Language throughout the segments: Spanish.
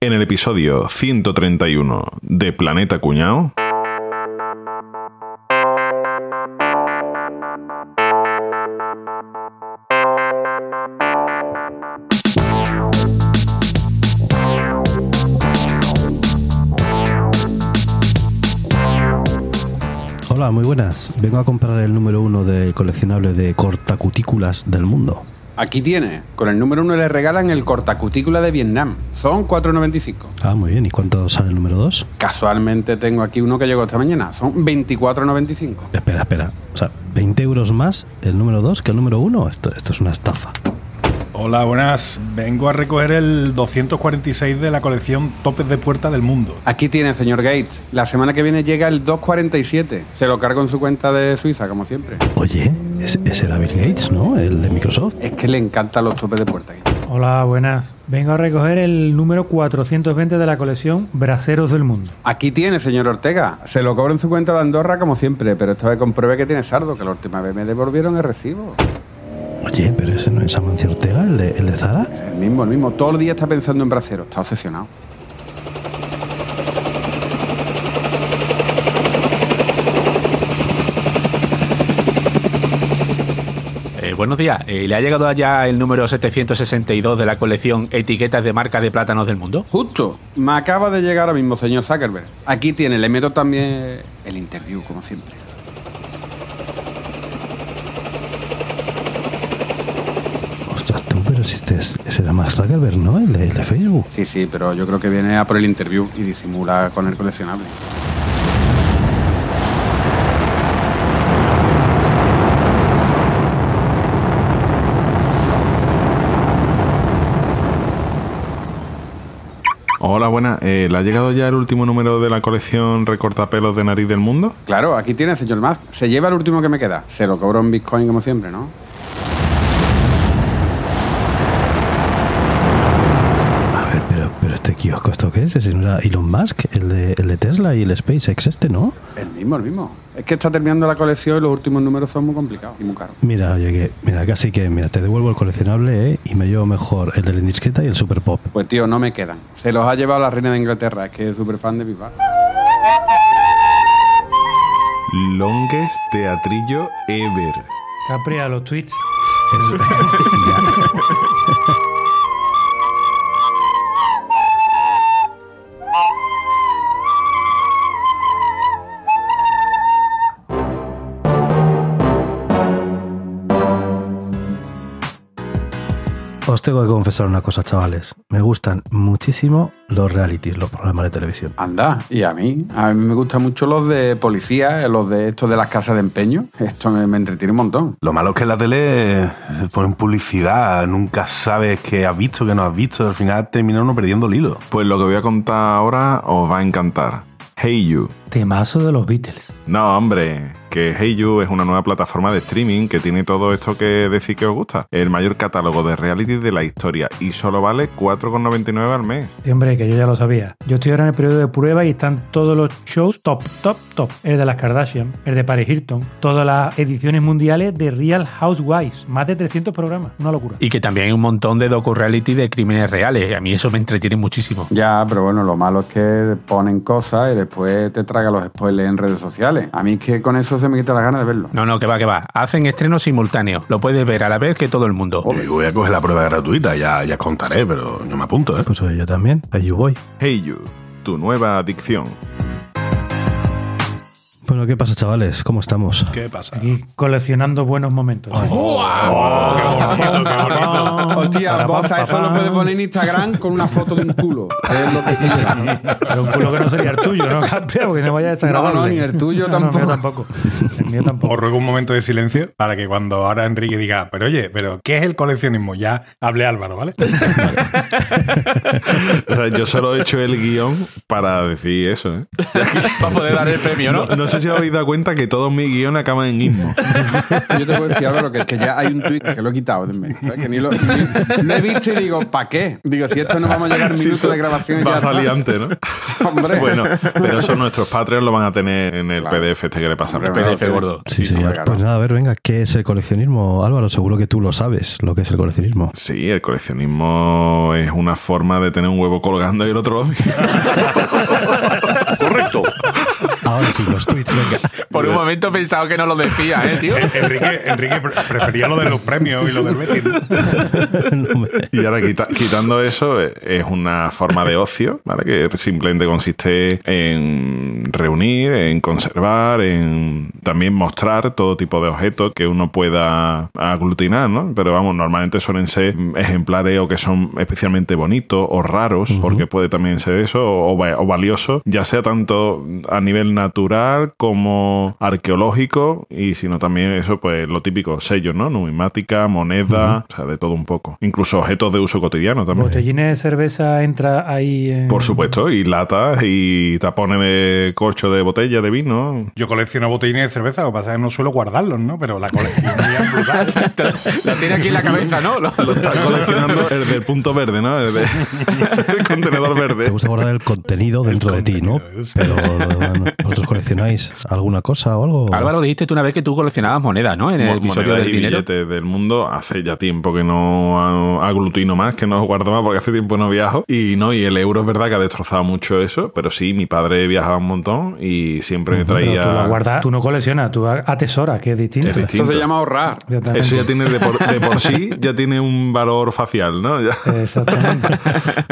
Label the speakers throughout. Speaker 1: En el episodio 131 de Planeta Cuñao.
Speaker 2: Hola, muy buenas. Vengo a comprar el número uno de coleccionable de cortacutículas del mundo.
Speaker 3: Aquí tiene. Con el número 1 le regalan el cortacutícula de Vietnam. Son 4,95.
Speaker 2: Ah, muy bien. ¿Y cuánto sale el número dos?
Speaker 3: Casualmente tengo aquí uno que llegó esta mañana. Son 24,95.
Speaker 2: Espera, espera. O sea, 20 euros más el número dos que el número uno. Esto, esto es una estafa.
Speaker 4: Hola, buenas. Vengo a recoger el 246 de la colección Topes de Puerta del Mundo.
Speaker 3: Aquí tiene, señor Gates. La semana que viene llega el 2,47. Se lo cargo en su cuenta de Suiza, como siempre.
Speaker 2: Oye, ese, ese era Bill Gates, ¿no? El de Microsoft.
Speaker 3: Es que le encantan los topes de puerta.
Speaker 5: Hola, buenas. Vengo a recoger el número 420 de la colección Braceros del Mundo.
Speaker 3: Aquí tiene, señor Ortega. Se lo cobro en su cuenta de Andorra, como siempre. Pero esta vez compruebe que tiene saldo, que la última vez me devolvieron el recibo.
Speaker 2: Oye, pero ese no es Amancio Ortega, el de, el de Zara.
Speaker 3: El mismo, el mismo. Todo el día está pensando en braceros. Está obsesionado.
Speaker 6: Eh, buenos días. Eh, ¿Le ha llegado ya el número 762 de la colección Etiquetas de Marcas de Plátanos del Mundo?
Speaker 3: Justo, me acaba de llegar ahora mismo, señor Zuckerberg. Aquí tiene, le meto también el interview, como siempre.
Speaker 2: Ostras, tú, pero si este es, ese era Max Zuckerberg, ¿no? El de, el de Facebook.
Speaker 3: Sí, sí, pero yo creo que viene a por el interview y disimula con el coleccionable.
Speaker 1: Hola, buenas. Eh, ¿Le ha llegado ya el último número de la colección Recortapelos de Nariz del Mundo?
Speaker 3: Claro, aquí tiene, señor Musk. Se lleva el último que me queda. Se lo cobro en Bitcoin, como siempre, ¿no?
Speaker 2: A ver, pero, pero este kiosco, ¿esto qué es? Ese no era Elon Musk, el de, el de Tesla y el SpaceX este, ¿no?
Speaker 3: El mismo, el mismo. Es que está terminando la colección y los últimos números son muy complicados y muy caros.
Speaker 2: Mira, oye, que, mira, casi que, mira, te devuelvo el coleccionable ¿eh? y me llevo mejor el de la indiscreta y el super pop.
Speaker 3: Pues tío, no me quedan. Se los ha llevado la reina de Inglaterra, es que es súper fan de Viva.
Speaker 1: Longest teatrillo ever.
Speaker 5: Capri a los tweets.
Speaker 2: Es- Ya. Os tengo que confesar una cosa, chavales. Me gustan muchísimo los realities, los programas de televisión.
Speaker 3: Anda, y a mí. A mí me gustan mucho los de policía, los de estos de las casas de empeño. Esto me, me entretiene un montón.
Speaker 7: Lo malo es que en la tele eh, ponen publicidad, nunca sabes qué has visto, qué no has visto, al final termina uno perdiendo el hilo.
Speaker 1: Pues lo que voy a contar ahora os va a encantar. Hey You.
Speaker 5: Temazo de los Beatles.
Speaker 1: No, hombre, que HeyYou es una nueva plataforma de streaming que tiene todo esto que decir que os gusta. El mayor catálogo de reality de la historia y solo vale 4,99 al mes.
Speaker 5: Sí, hombre, que yo ya lo sabía. Yo estoy ahora en el periodo de prueba y están todos los shows top, top, top. El de las Kardashian, el de Paris Hilton, todas las ediciones mundiales de Real Housewives. Más de 300 programas. Una locura.
Speaker 6: Y que también hay un montón de docu-reality de crímenes reales. A mí eso me entretiene muchísimo.
Speaker 3: Ya, pero bueno, lo malo es que ponen cosas y después te traga los spoilers en redes sociales. A mí es que con eso se me quita las ganas de verlo.
Speaker 6: No, no, que va, que va. Hacen estrenos simultáneos. Lo puedes ver a la vez que todo el mundo.
Speaker 1: Oh.
Speaker 7: Yo voy a coger la prueba gratuita, ya, ya os contaré, pero yo me apunto, ¿eh?
Speaker 2: Pues oye, yo también, ahí yo voy.
Speaker 1: HeyYou, tu nueva adicción.
Speaker 2: Bueno, ¿qué pasa, chavales? ¿Cómo estamos?
Speaker 4: ¿Qué pasa?
Speaker 5: Aquí coleccionando buenos momentos.
Speaker 7: Ah, oh,
Speaker 3: Hostia, vos a eso lo puedes poner en Instagram con una foto de un culo. Es lo que sí.
Speaker 5: Pero un culo que no sería el tuyo, ¿no, Capri? Porque no vaya a desagradar.
Speaker 3: No, no, ni el tuyo
Speaker 5: No, no, el mío
Speaker 3: tampoco.
Speaker 5: tampoco. El mío tampoco.
Speaker 4: Os ruego un momento de silencio para que cuando ahora Enrique diga, pero oye, pero ¿qué es el coleccionismo? Ya hablé Álvaro, ¿vale?
Speaker 1: O sea, yo solo he hecho el guión para decir eso, ¿eh?
Speaker 6: Para poder dar el premio,
Speaker 1: No, no sé os habéis dado cuenta que todos mis guiones acaban en ismo.
Speaker 3: Yo te puedo decir ahora lo que es que ya hay un tuit que lo he quitado de en medio, ¿sabes? Que ni lo, ni- lo he visto y digo, ¿para qué? Digo, si esto no vamos a llegar al
Speaker 1: Sí,
Speaker 3: minuto de grabación y
Speaker 1: Va
Speaker 3: ya
Speaker 1: a salir
Speaker 3: está.
Speaker 1: antes, ¿no?
Speaker 3: Hombre.
Speaker 1: Bueno, pero son nuestros Patreons, lo van a tener en el
Speaker 3: Claro.
Speaker 1: PDF este que le pasa.
Speaker 3: Hombre,
Speaker 1: Pero-
Speaker 6: PDF gordo.
Speaker 2: Sí,
Speaker 3: Sí, sí,
Speaker 2: señor.
Speaker 3: regalo.
Speaker 2: Pues nada, a ver, venga, ¿qué es el coleccionismo, Álvaro? Seguro que tú lo sabes, lo que es el coleccionismo.
Speaker 1: Sí, el coleccionismo es una forma de tener un huevo colgando y el otro lo mira.
Speaker 8: Correcto.
Speaker 2: Ahora sí, los tweets, venga.
Speaker 6: Por un momento he pensado que no lo decía, ¿eh, tío?
Speaker 4: En- Enrique, Enrique pre- prefería lo de los premios y lo del Betis.
Speaker 2: No me-
Speaker 1: Y ahora quita- quitando eso, eh, es una forma de ocio, ¿vale? Que simplemente consiste en reunir, en conservar, en también mostrar todo tipo de objetos que uno pueda aglutinar, ¿no? Pero vamos, normalmente suelen ser mm, ejemplares o que son especialmente bonitos o raros, porque puede también ser eso, o, va- o valioso, ya sea tanto a nivel natural como arqueológico, y sino también eso, pues lo típico, sellos, ¿no? Numismática, moneda, o sea, de todo un poco. Incluso objetos de uso cotidiano también.
Speaker 5: ¿Botellines de cerveza entra ahí en-
Speaker 1: Por supuesto, y latas y tapones de corcho de botella de vino.
Speaker 4: Yo colecciono botellines de cerveza, lo que pasa es que no suelo guardarlos, ¿no? Pero la colección mía es brutal.
Speaker 6: La tiene aquí en la cabeza, ¿no? Lo-
Speaker 1: Lo está coleccionando el del punto verde, ¿no? El, de- el contenedor
Speaker 2: Te
Speaker 1: verde.
Speaker 2: gusta guardar el contenido dentro de ti, ¿no?
Speaker 4: contenido, sí.
Speaker 2: Pero lo demás no. ¿vosotros coleccionáis alguna cosa o algo?
Speaker 6: Álvaro, dijiste tú una vez que tú coleccionabas monedas, ¿no? En el episodio
Speaker 1: monedas
Speaker 6: del
Speaker 1: y
Speaker 6: dinero.
Speaker 1: billetes del mundo hace ya tiempo que no aglutino más, que no guardo más porque hace tiempo no viajo y no, y el euro es verdad que ha destrozado mucho eso, pero sí, mi padre viajaba un montón y siempre me
Speaker 5: Pero tú, la
Speaker 1: traía...
Speaker 5: guardas, tú no coleccionas, tú atesoras, que es distinto.
Speaker 1: Es distinto.
Speaker 3: Eso se llama ahorrar.
Speaker 5: Exactamente.
Speaker 1: Eso ya tiene de por, de por sí, ya tiene un valor facial, ¿no? Ya-
Speaker 5: Exactamente.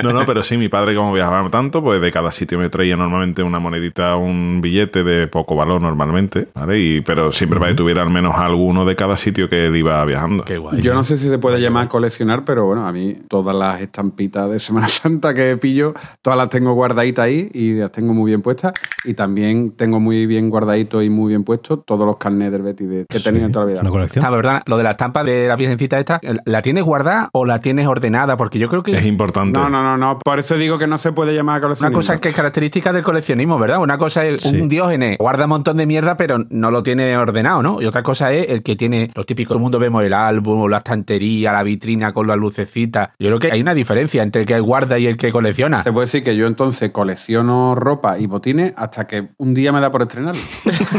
Speaker 1: No, no, pero sí, mi padre como viajaba tanto, pues de cada sitio me traía normalmente una monedita, un billete de poco valor normalmente, ¿vale? Y, pero siempre para que tuviera al menos alguno de cada sitio que él iba viajando.
Speaker 6: Qué guay.
Speaker 3: Yo no sé si se puede llamar coleccionar, pero bueno, a mí todas las estampitas de Semana Santa que pillo, todas las tengo guardaditas ahí y las tengo muy bien puestas. Y también tengo muy bien guardadito y muy bien puesto todos los carnets del Betty de- que he tenido en toda la vida.
Speaker 2: ¿Una colección?
Speaker 6: Ah, verdad, lo de la estampa de la virgencita esta, ¿la tienes guardada o la tienes ordenada? Porque yo creo que
Speaker 1: Es importante.
Speaker 3: No, no, no, no. Por eso digo que no se puede llamar
Speaker 6: Una
Speaker 3: coleccionar.
Speaker 6: cosa que es característica del coleccionismo, ¿verdad? Una cosa es
Speaker 2: Sí.
Speaker 6: un diógenes, guarda un montón de mierda, pero no lo tiene ordenado, ¿no? Y otra cosa es el que tiene, los típicos, todo el mundo vemos el álbum, la estantería, la vitrina con las lucecitas. Yo creo que hay una diferencia entre el que guarda y el que colecciona.
Speaker 3: Se puede decir que yo entonces colecciono ropa y botines hasta que un día me da por estrenarlo.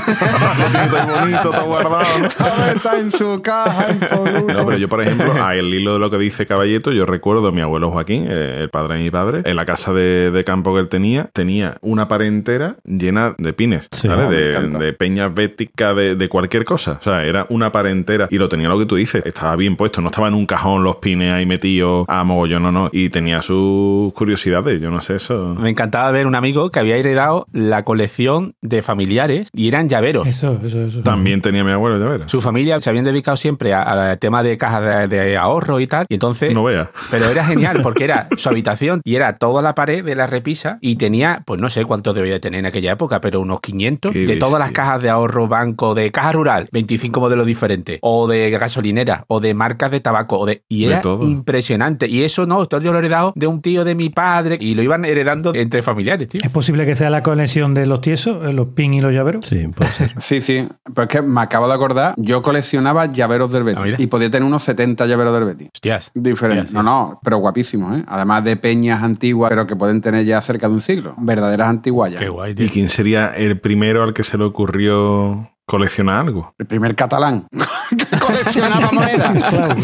Speaker 1: Está bonito, está guardado, ¿no?
Speaker 3: Ahora está en su caja, en polvo.
Speaker 1: No, pero yo, por ejemplo, a el hilo de lo que dice Caballeto, yo recuerdo a mi abuelo Joaquín, eh, el padre de mi padre, en la casa de, de campo que él tenía, tenía una pared entera llena de pines,
Speaker 2: Sí.
Speaker 1: ¿vale?
Speaker 3: Ah, me
Speaker 1: de,
Speaker 3: encanta.
Speaker 1: de peñas béticas, de, de cualquier cosa. O sea, era una pared entera y lo tenía lo que tú dices, estaba bien puesto, no estaba en un cajón los pines ahí metidos a mogollón, no, no. Y tenía sus curiosidades, yo no sé eso.
Speaker 6: Me encantaba ver un amigo que había heredado la colección de familiares y eran llaveros.
Speaker 5: Eso, eso, eso.
Speaker 1: También tenía mi abuelo, ya verás.
Speaker 6: Su familia se habían dedicado siempre a- al tema de cajas de, de ahorro y tal. Y entonces
Speaker 1: No veas.
Speaker 6: Pero era genial porque era su habitación y era toda la pared de la repisa y tenía, pues no sé cuántos debía de tener en aquella época, pero unos 500
Speaker 1: Qué
Speaker 6: de todas las
Speaker 1: bestia.
Speaker 6: cajas de ahorro, banco, de caja rural, 25 modelos diferentes, o de gasolinera, o de marcas de tabaco, o de, y
Speaker 1: De
Speaker 6: era
Speaker 1: todo.
Speaker 6: impresionante. Y eso no, esto yo lo he heredado de un tío de mi padre y lo iban heredando entre familiares, tío.
Speaker 5: ¿Es posible que sea la colección de los tiesos, eh, los pin y los llaveros?
Speaker 2: Sí, puede ser.
Speaker 3: Sí, sí. Pero es que me acabo de acordar, yo coleccionaba llaveros del
Speaker 6: Ah,
Speaker 3: Betty.
Speaker 6: mira.
Speaker 3: y podía tener unos 70 llaveros del Betty.
Speaker 6: Hostias.
Speaker 3: Diferentes.
Speaker 6: Sí, sí.
Speaker 3: No, no, pero guapísimos, ¿eh? Además de peñas antiguas, pero que pueden tener ya cerca de un siglo. Verdaderas antiguallas.
Speaker 6: Qué guay, tío.
Speaker 1: ¿Y quién sería el primero al que se le ocurrió coleccionar algo?
Speaker 3: El primer catalán que coleccionaba monedas.
Speaker 5: Claro.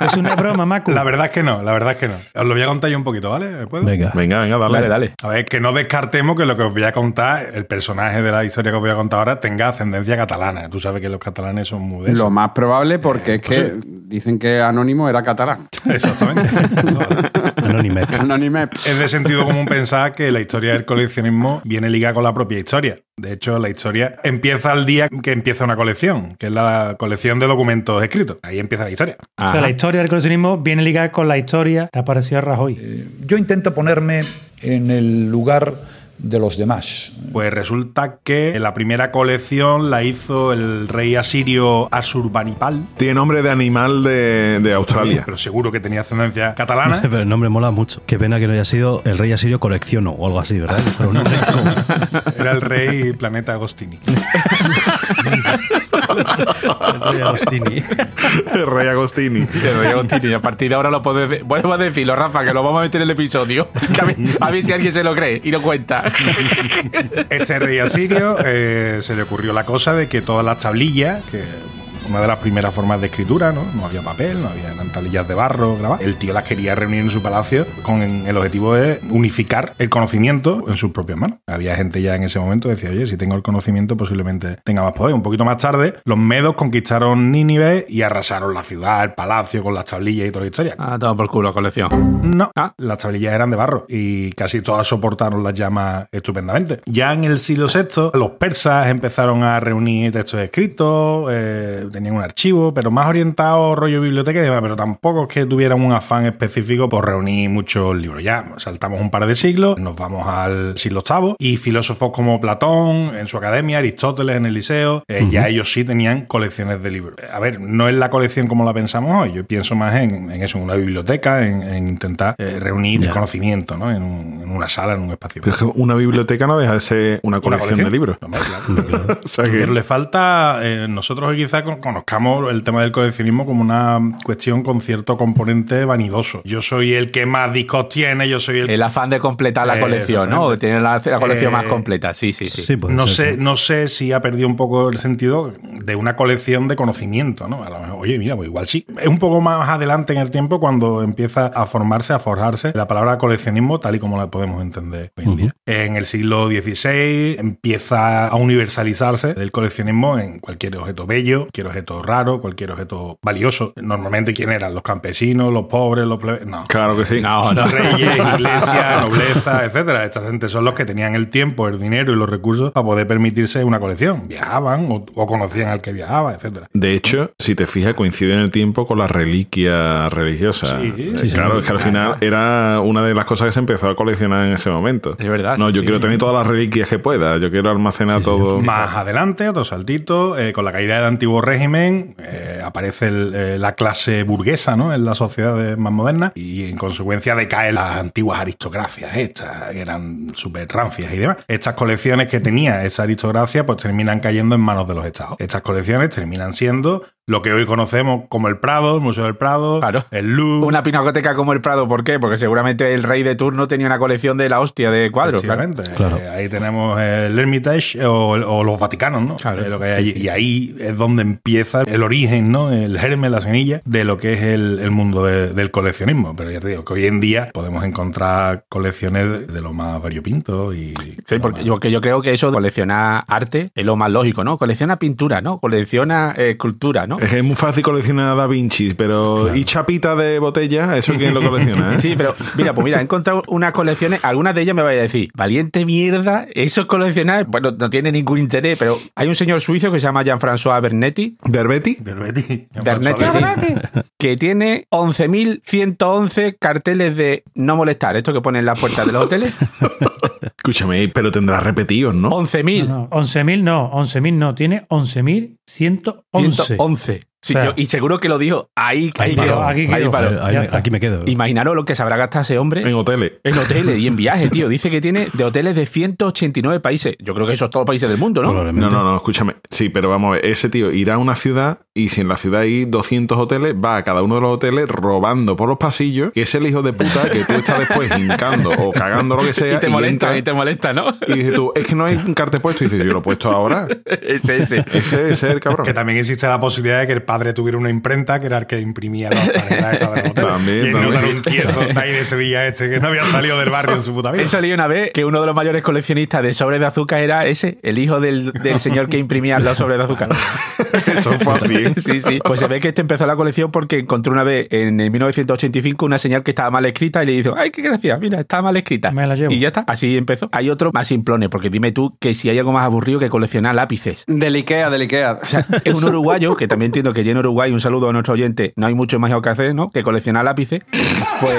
Speaker 5: es una broma, Macu.
Speaker 4: La verdad es que no, la verdad es que no. Os lo voy a contar yo un poquito, ¿vale? ¿Puedo?
Speaker 2: Venga.
Speaker 1: Venga, venga, dale.
Speaker 6: Dale, dale.
Speaker 4: A ver, que no descartemos que lo que os voy a contar, el personaje de la historia que os voy a contar ahora, tenga ascendencia catalana. Tú sabes que los catalanes son muy de eso.
Speaker 3: Lo más probable porque es
Speaker 6: Pues
Speaker 3: que dicen que Anónimo era catalán.
Speaker 4: Exactamente.
Speaker 2: Anonymous.
Speaker 3: Anónimo
Speaker 4: es de sentido común pensar que la historia del coleccionismo viene ligada con la propia historia. De hecho, la historia empieza el día que empieza una colección, que es la colección de documentos escritos. Ahí empieza la historia.
Speaker 5: O sea,
Speaker 6: Ajá.
Speaker 5: la historia del coleccionismo viene ligada con la historia. Te ha parecido Rajoy.
Speaker 9: Yo intento ponerme en el lugar
Speaker 8: de los demás.
Speaker 4: Pues resulta que la primera colección la hizo el rey asirio Asurbanipal.
Speaker 1: Tiene nombre de animal de, de Australia.
Speaker 4: Pero seguro que tenía ascendencia catalana.
Speaker 2: Pero el nombre mola mucho. Qué pena que no haya sido el rey asirio colecciono o algo así, ¿verdad? Pero un nombre como-
Speaker 4: Era el rey planeta Agostini.
Speaker 2: el rey Agostini.
Speaker 1: El rey Agostini.
Speaker 6: Y a partir de ahora lo puedes decir. Vuelvo a decirlo, Rafa, que lo vamos a meter en el episodio. Que a, ver, a ver si alguien se lo cree y lo cuenta.
Speaker 4: Este rey asirio eh, se le ocurrió la cosa de que todas las tablillas, que una de las primeras formas de escritura, ¿no? No había papel, no había tablillas de barro, grabadas. El tío las quería reunir en su palacio con el objetivo de unificar el conocimiento en sus propias manos. Había gente ya en ese momento que decía, oye, si tengo el conocimiento posiblemente tenga más poder. Un poquito más tarde, los medos conquistaron Nínive y arrasaron la ciudad, el palacio con las tablillas y toda la historia.
Speaker 6: Ah, toma por culo, colección.
Speaker 4: No,
Speaker 6: Ah.
Speaker 4: las tablillas eran de barro y casi todas soportaron las llamas estupendamente. Ya en el siglo VI, los persas empezaron a reunir textos escritos, eh, tenían un archivo, pero más orientado rollo biblioteca y demás, pero tampoco es que tuvieran un afán específico por reunir muchos libros. Ya saltamos un par de siglos, nos vamos al siglo VIII y filósofos como Platón en su academia, Aristóteles en el liceo, eh, ya ellos sí tenían colecciones de libros. A ver, no es la colección como la pensamos hoy, yo pienso más en, en eso, en una biblioteca, en, en intentar eh, reunir
Speaker 2: Ya.
Speaker 4: conocimiento ¿no? en, un- en una sala, en un espacio.
Speaker 1: Pero es que una biblioteca no deja de ser una
Speaker 4: ¿Una
Speaker 1: colección, de libros.
Speaker 4: Hombre, claro.
Speaker 1: O sea
Speaker 4: Pero
Speaker 1: que
Speaker 4: le falta, eh, nosotros hoy quizá con- conozcamos el tema del coleccionismo como una cuestión con cierto componente vanidoso. Yo soy el que más discos tiene, yo soy el
Speaker 6: El afán de completar la
Speaker 4: Eh,
Speaker 6: colección, ¿no?
Speaker 4: exactamente.
Speaker 6: De tener la, la colección más
Speaker 4: Eh,
Speaker 6: completa. Sí, sí, sí.
Speaker 2: Sí, puede
Speaker 4: no
Speaker 2: ser,
Speaker 4: sé,
Speaker 2: sí.
Speaker 4: no sé si ha perdido un poco el sentido de una colección de conocimiento, ¿no? A lo mejor, oye, mira, pues igual sí. Es un poco más adelante en el tiempo cuando empieza a formarse, a forjarse la palabra coleccionismo tal y como la podemos entender hoy en día. En el siglo XVI empieza a universalizarse el coleccionismo en cualquier objeto bello, cualquier objeto raro, cualquier objeto valioso. Normalmente, ¿quién eran? ¿Los campesinos, los pobres, los plebe- No
Speaker 1: claro que sí.
Speaker 6: No, no.
Speaker 4: reyes, iglesia, nobleza, etcétera. Esta gente son los que tenían el tiempo, el dinero y los recursos para poder permitirse una colección. Viajaban o, o conocían al que viajaba, etcétera.
Speaker 1: De hecho, si te fijas, coincide en el tiempo con la reliquia religiosa.
Speaker 4: Sí.
Speaker 1: Eh,
Speaker 2: Sí, sí.
Speaker 1: claro, es que al final era una de las cosas que se empezó a coleccionar en ese momento.
Speaker 6: Es verdad,
Speaker 1: No,
Speaker 6: sí,
Speaker 1: yo
Speaker 6: sí.
Speaker 1: quiero tener todas las reliquias que pueda. Yo quiero almacenar todo.
Speaker 4: Más adelante, otro saltito, eh, con la caída del antiguo régimen, eh, aparece el- eh, la clase burguesa ¿no? en las sociedades más modernas y en consecuencia decaen las antiguas aristocracias, estas que eran súper rancias y demás. Estas colecciones que tenía esa aristocracia pues terminan cayendo en manos de los estados. Estas colecciones terminan siendo lo que hoy conocemos como el Prado, el Museo del Prado,
Speaker 6: Claro.
Speaker 4: el Louvre.
Speaker 6: Una pinacoteca como el Prado, ¿por qué? Porque seguramente el rey de turno tenía una colección de la hostia de cuadros. claro.
Speaker 4: Efectivamente.
Speaker 2: Claro.
Speaker 4: Eh, ahí tenemos el Hermitage eh, o, o los Vaticanos, ¿no?
Speaker 6: Claro.
Speaker 4: Eh, lo que hay
Speaker 6: Sí,
Speaker 4: allí.
Speaker 6: sí,
Speaker 4: y ahí es donde empieza el origen, ¿no? El germen, la semilla de lo que es el, el mundo de- del coleccionismo. Pero ya te digo que hoy en día podemos encontrar colecciones de lo más variopinto y.
Speaker 6: Sí,
Speaker 4: lo
Speaker 6: porque
Speaker 4: más-
Speaker 6: yo, que yo creo que eso de coleccionar arte es lo más lógico, ¿no? Colecciona pintura, ¿no? Colecciona eh, escultura, ¿no?
Speaker 1: Es que es muy fácil coleccionar a Da Vinci, pero. ¿Y chapita de botella? ¿Eso quién lo colecciona? eh?
Speaker 6: Sí, pero mira, pues mira, he encontrado unas colecciones, algunas de ellas me vais a decir, valiente mierda, esos coleccionar, bueno, no tiene ningún interés, pero hay un señor suizo que se llama Jean-François Bernetti,
Speaker 1: ¿Derbetti?
Speaker 4: Del Betis.
Speaker 6: Bernetti, sí, que tiene 11.111 carteles de no molestar, esto que ponen en las puertas de los hoteles,
Speaker 1: Escúchame, pero tendrás repetidos, ¿no?
Speaker 6: 11.000.
Speaker 5: No, no, 11.000 no, 11.000 no, tiene 11.111.
Speaker 6: 111. Sí,
Speaker 5: O sea,
Speaker 6: yo- y seguro que lo dijo ahí,
Speaker 2: Ahí
Speaker 6: ahí
Speaker 2: paró,
Speaker 6: quedó,
Speaker 5: aquí
Speaker 6: ahí
Speaker 5: quedó.
Speaker 6: paró.
Speaker 2: Ahí- ahí
Speaker 5: Ya
Speaker 2: me-
Speaker 5: está.
Speaker 2: aquí me quedo.
Speaker 6: Imaginaros lo que se habrá gastado ese hombre
Speaker 1: En hoteles.
Speaker 6: En hoteles y en viajes, tío. Dice que tiene de hoteles de 189 países. Yo creo que eso es todos los países del mundo, ¿no?
Speaker 2: Probablemente.
Speaker 1: No, no, no, escúchame. Sí, pero vamos a ver, ese tío irá a una ciudad y si en la ciudad hay 200 hoteles, va a cada uno de los hoteles robando por los pasillos, que es el hijo de puta que tú estás después hincando o cagando lo que sea.
Speaker 6: Y te molesta,
Speaker 1: entra
Speaker 6: y te molesta, ¿no?
Speaker 1: y dices tú, es que no hay un cartel puesto. Y dices, yo lo he puesto ahora.
Speaker 6: ese, ese.
Speaker 1: Ese es el cabrón.
Speaker 4: Que también existe la posibilidad de que el padre tuviera una imprenta que era el que imprimía las paredes estas de los hoteles.
Speaker 1: También,
Speaker 4: y no
Speaker 1: también.
Speaker 4: era un tieso de ahí de Sevilla este que no había salido del barrio en su puta vida.
Speaker 6: Eso leí una vez que uno de los mayores coleccionistas de sobres de azúcar era ese, el hijo del, del señor que imprimía los sobres de azúcar.
Speaker 1: Eso fue así.
Speaker 6: Sí, sí. Pues se ve que este empezó la colección porque encontró una vez en el 1985 una señal que estaba mal escrita y le dijo, ay, qué gracia, mira, está mal escrita.
Speaker 5: Me la llevo.
Speaker 6: Y ya está, así empezó. Hay otro más simplone, porque dime tú que si hay algo más aburrido que coleccionar lápices.
Speaker 3: Del Ikea, del Ikea.
Speaker 6: O sea, es un uruguayo, que también entiendo que allí en Uruguay, un saludo a nuestro oyente, no hay mucho más que hacer, ¿no? Que coleccionar lápices. Pues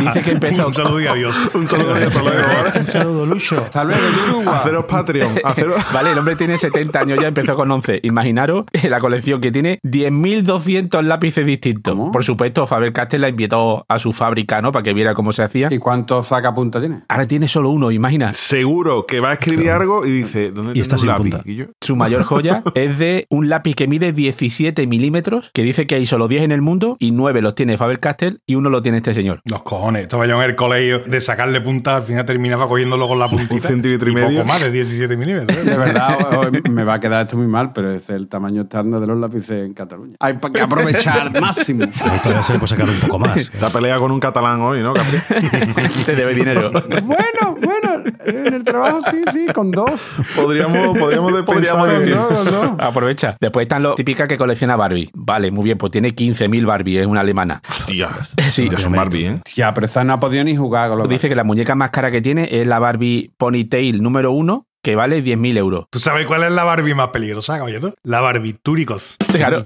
Speaker 6: dice que empezó.
Speaker 4: Un saludo y adiós.
Speaker 1: Un saludo y hasta luego. ¿vale?
Speaker 2: Un saludo, Lucho.
Speaker 3: Tal vez del Uruguay.
Speaker 1: Haceros Patreon. Haceros...
Speaker 6: Vale, el hombre tiene 70 años ya, empezó con 11. Imaginaros la colección que tiene 10.200 lápices distintos.
Speaker 3: ¿Cómo?
Speaker 6: Por supuesto, Faber-Castell la invitó a su fábrica, ¿no? Para que viera cómo se hacía.
Speaker 3: ¿Y cuántos sacapunta tiene?
Speaker 6: Ahora tiene solo uno, imagina.
Speaker 1: Seguro que va a escribir algo y dice, ¿dónde
Speaker 2: Y está
Speaker 1: tengo un
Speaker 2: sin
Speaker 1: lápiz?
Speaker 2: punta.
Speaker 1: Y yo,
Speaker 6: Su mayor joya es de un lápiz que mide 17 milímetros, que dice que hay solo 10 en el mundo y 9 los tiene Faber-Castell y uno lo tiene este señor.
Speaker 4: Los cojones. Estaba yo en el colegio de sacarle punta, al final terminaba cogiéndolo con la puntita.
Speaker 1: centímetro y medio.
Speaker 4: Poco más de 17 milímetros. ¿eh?
Speaker 3: De verdad, hoy me va a quedar esto muy mal, pero es el tamaño estándar de los lápices en Cataluña. Hay que aprovechar al máximo.
Speaker 2: Pero todavía se le puede sacar un poco más.
Speaker 1: la pelea con un catalán hoy, ¿no? Capri?
Speaker 6: Te Este debe dinero.
Speaker 3: Bueno, bueno, en el trabajo sí, sí, con dos.
Speaker 1: Podríamos, podríamos
Speaker 3: Podríamos
Speaker 1: despensar en-
Speaker 3: decir, no, no, no.
Speaker 6: Aprovecha. Después están los típicas que colecciona Barbie. Vale, muy bien, pues tiene 15.000 Barbie, es una alemana.
Speaker 1: Hostias.
Speaker 6: Sí.
Speaker 1: Ya son Barbie, ¿eh?
Speaker 3: Ya, pero esa no ha podido ni jugar con los
Speaker 6: Pues Dice que la muñeca más cara que tiene es la Barbie Ponytail número 1, que vale 10.000 euros.
Speaker 4: ¿Tú sabes cuál es la Barbie más peligrosa, caballero? La Barbie Túricos.
Speaker 6: Claro.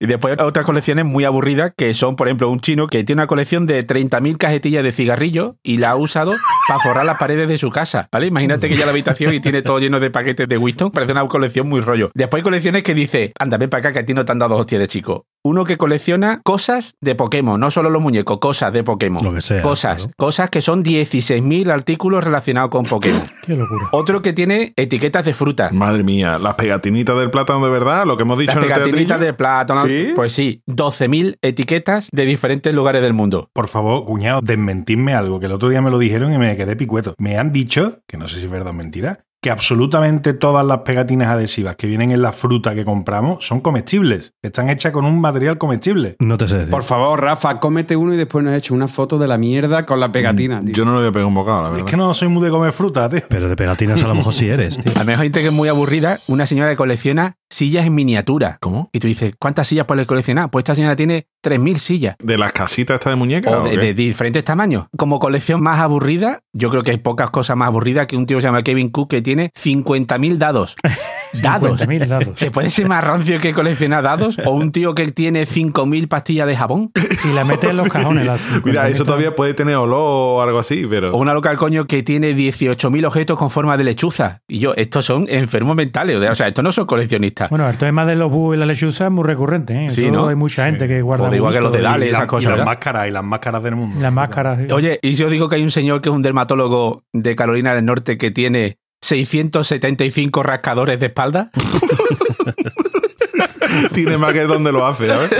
Speaker 6: y después otras colecciones muy aburridas que son, por ejemplo, un chino que tiene una colección de 30.000 cajetillas de cigarrillos y la ha usado para forrar las paredes de su casa, ¿vale? Imagínate que ya la habitación y tiene todo lleno de paquetes de Winston, parece una colección muy rollo. Después hay colecciones que dice, anda, ven para acá que a ti no te han dado hostias de chico. Uno que colecciona cosas de Pokémon, no solo los muñecos, cosas de Pokémon.
Speaker 2: Lo que sea,
Speaker 6: Cosas,
Speaker 2: claro.
Speaker 6: cosas que son 16.000 artículos relacionados con Pokémon.
Speaker 5: Qué locura.
Speaker 6: Otro que tiene etiquetas de frutas.
Speaker 1: Madre mía, las pegatinitas del plátano de verdad, lo que hemos dicho
Speaker 6: Las
Speaker 1: en el
Speaker 6: pegatinitas
Speaker 1: teatrillo.
Speaker 6: de plátano.
Speaker 3: ¿Sí?
Speaker 6: Pues sí, 12.000 etiquetas de diferentes lugares del mundo.
Speaker 4: Por favor, cuñado, desmentidme algo, que el otro día me lo dijeron y me quedé picueto. Me han dicho, que no sé si es verdad o mentira, que absolutamente todas las pegatinas adhesivas que vienen en la fruta que compramos son comestibles. Están hechas con un material comestible.
Speaker 2: No te sé decir.
Speaker 3: Por favor, Rafa, cómete uno y después nos eches una foto de la mierda con la pegatina. tío.
Speaker 1: Mm, Yo no le voy a pegar un bocado, la
Speaker 4: Es
Speaker 1: verdad.
Speaker 4: que no soy muy de comer fruta, tío.
Speaker 2: Pero de pegatinas a lo mejor sí eres, tío.
Speaker 6: A lo mejor hay gente que es muy aburrida, una señora que colecciona sillas en miniatura.
Speaker 1: ¿Cómo?
Speaker 6: Y tú dices, ¿cuántas sillas puedes coleccionar? Pues esta señora tiene 3.000 sillas.
Speaker 1: ¿De las casitas estas de muñeca?
Speaker 6: O de, de diferentes tamaños. Como colección más aburrida, yo creo que hay pocas cosas más aburridas que un tío que se llama Kevin Cook que tiene 50.000 dados. dados.
Speaker 5: 50.000 dados.
Speaker 6: ¿Se puede ser más rancio que coleccionar dados? ¿O un tío que tiene 5.000 pastillas de jabón?
Speaker 5: Y la metes en los cajones. las
Speaker 1: Mira,
Speaker 5: 50.000
Speaker 1: eso todavía puede tener olor o algo así, pero.
Speaker 6: O una loca al coño que tiene 18.000 objetos con forma de lechuza. Y yo, estos son enfermos mentales. O sea, estos no son coleccionistas.
Speaker 5: Bueno, el tema de los búhos y la lechuza es muy recurrente, ¿eh?
Speaker 6: Sí,
Speaker 5: Eso
Speaker 6: ¿no?
Speaker 5: Hay mucha gente que guarda.
Speaker 6: Joder, igual que los
Speaker 5: bultos
Speaker 6: dedales. Dale,
Speaker 4: y,
Speaker 6: esas
Speaker 4: la-
Speaker 6: cosas,
Speaker 4: y las
Speaker 6: ¿verdad?
Speaker 4: máscaras, y las máscaras del
Speaker 5: y
Speaker 4: mundo.
Speaker 5: Las máscaras. ¿eh? sí.
Speaker 6: Oye, ¿y si os digo que hay un señor que es un dermatólogo de Carolina del Norte que tiene 675 rascadores de espalda?
Speaker 1: tiene más que donde lo hace, ¿sabes?